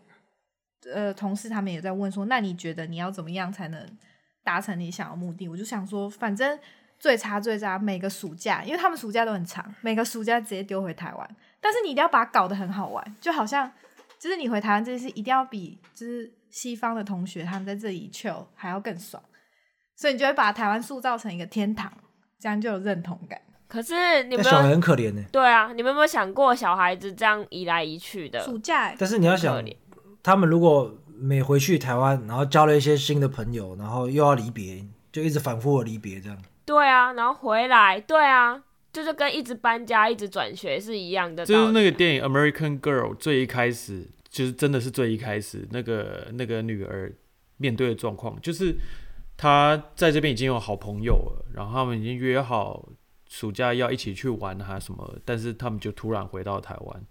Speaker 2: 呃，同事他们也在问说，那你觉得你要怎么样才能达成你想要的目的？我就想说，反正最差最差，每个暑假，因为他们暑假都很长，每个暑假直接丢回台湾，但是你一定要把它搞得很好玩，就好像就是你回台湾这件事，一定要比就是西方的同学他们在这里 chill 还要更爽，所以你就会把台湾塑造成一个天堂，这样就有认同感。
Speaker 3: 可是你
Speaker 4: 那
Speaker 3: 们
Speaker 4: 小孩
Speaker 3: 有
Speaker 4: 很可怜呢，
Speaker 3: 对啊，你们有没有想过小孩子这样移来移去的？
Speaker 2: 暑假、欸。
Speaker 4: 但是你要
Speaker 3: 可
Speaker 4: 想
Speaker 3: 怜，
Speaker 4: 他们如果每回去台湾，然后交了一些新的朋友，然后又要离别，就一直反复的离别这样。
Speaker 3: 对啊，然后回来，对啊，就是跟一直搬家、一直转学是一样的道
Speaker 1: 就
Speaker 3: 理啊。
Speaker 1: 是那个电影《American Girl》最一开始，就是真的是最一开始那个那个女儿面对的状况，就是他在这边已经有好朋友了，然后他们已经约好暑假要一起去玩还什么，但是他们就突然回到台湾，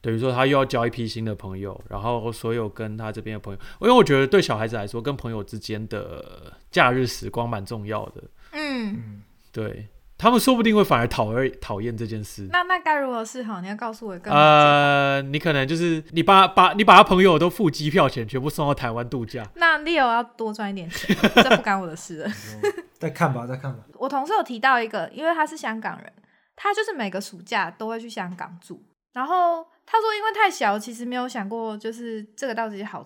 Speaker 1: 等于说他又要交一批新的朋友，然后所有跟他这边的朋友，因为我觉得对小孩子来说，跟朋友之间的假日时光蛮重要的，
Speaker 2: 嗯，
Speaker 1: 对他们说不定会反而讨厌讨厌这件事。
Speaker 2: 那那该如何是好？你要告诉我更
Speaker 1: 呃，你可能就是你把把你把他朋友都付机票钱全部送到台湾度假，
Speaker 2: 那 Leo 要多赚一点钱，这不干我的事了。 [laughs]
Speaker 4: 再看吧，再看吧。
Speaker 2: 我同事有提到一个，因为他是香港人，他就是每个暑假都会去香港住。然后他说，因为太小，其实没有想过就是这个到底好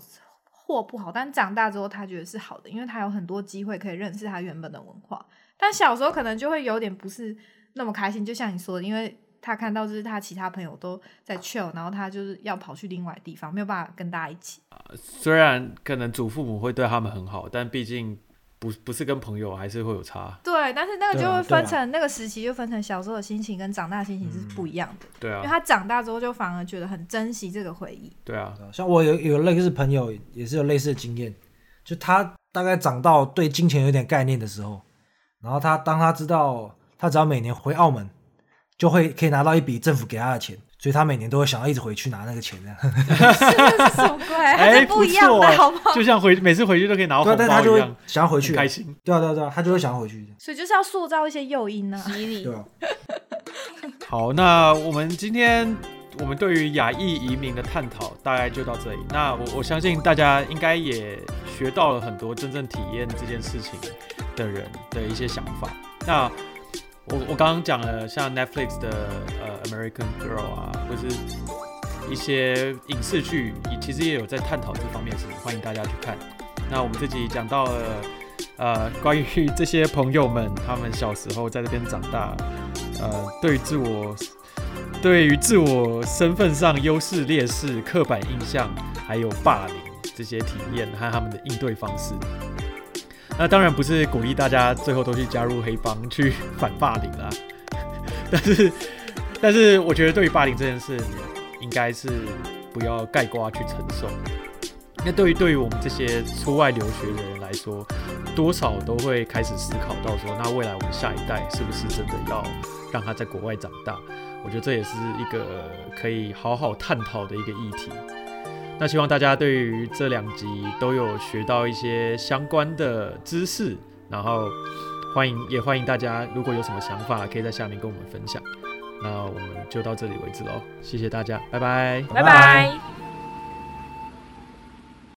Speaker 2: 或不好。但长大之后，他觉得是好的，因为他有很多机会可以认识他原本的文化。但小时候可能就会有点不是那么开心，就像你说的，因为他看到就是他其他朋友都在 chill，然后他就是要跑去另外地方，没有办法跟大家一起。
Speaker 1: 虽然可能祖父母会对他们很好，但毕竟不不是跟朋友，啊还是会有差。
Speaker 2: 对，但是那个
Speaker 4: 对
Speaker 2: 就
Speaker 4: 啊
Speaker 2: 会
Speaker 4: 对
Speaker 2: 分
Speaker 4: 啊
Speaker 2: 成、那个时期，就分成小时候的心情跟长大的心情
Speaker 4: 嗯
Speaker 2: 是不一样的。
Speaker 1: 对
Speaker 2: 因为
Speaker 1: 啊，
Speaker 2: 他长大之后就反而觉得很珍惜这个
Speaker 4: [laughs]
Speaker 2: 回忆。
Speaker 1: 对啊，
Speaker 4: 像我有有类似朋友也是有类似的经验，就他大概长到对金钱有点概念的时候，然后他当他知道他只要每年回澳门就会可以拿到一笔政府给他的钱，所以他每年都会想要一直回去拿那个钱这样。
Speaker 2: 这是什么鬼？还
Speaker 4: 哎
Speaker 2: 是不
Speaker 1: 不
Speaker 2: 一样
Speaker 1: 错
Speaker 2: 的，
Speaker 1: 欸
Speaker 2: 好不好？
Speaker 1: [laughs] 就像回每次回去都可以拿到
Speaker 4: [laughs] 对
Speaker 1: 红
Speaker 4: 啊，但是他
Speaker 1: 包
Speaker 4: 就
Speaker 1: 一
Speaker 4: 会
Speaker 1: 样，
Speaker 4: 想要回
Speaker 1: 很
Speaker 4: 去。
Speaker 1: 开心。
Speaker 4: 对啊，对啊，对啊，他就会想要回去。
Speaker 2: 所以就是要塑造一些诱因呢、
Speaker 3: 洗礼
Speaker 4: 对啊，
Speaker 1: [laughs] 好，那我们今天我们对于亚裔移民的探讨大概就到这里。那我我相信大家应该也学到了很多真正体验这件事情的人的一些想法。那我我刚刚讲了像 Netflix 的呃 American Girl 啊，或是一些影视剧，也其实也有在探讨这方面的事情，欢迎大家去看。那我们这集讲到了呃关于这些朋友们他们小时候在这边长大，呃对于自我对于自我身份上优势、劣势、刻板印象，还有霸凌这些体验和他们的应对方式。那当然不是鼓励大家最后都去加入黑帮去反霸凌啦， [laughs] 但是但是我觉得对于霸凌这件事，应该是不要盖瓜去承受。那对于对于我们这些出外留学的人来说，多少都会开始思考到说，那未来我们下一代是不是真的要让他在国外长大？我觉得这也是一个呃可以好好探讨的一个议题。那希望大家对于这两集都有学到一些相关的知识，然后欢迎也欢迎大家如果有什么想法，可以在下面跟我们分享。那我们就到这里为止喽，谢谢大家，拜拜。
Speaker 3: 拜
Speaker 4: 拜拜
Speaker 3: 拜。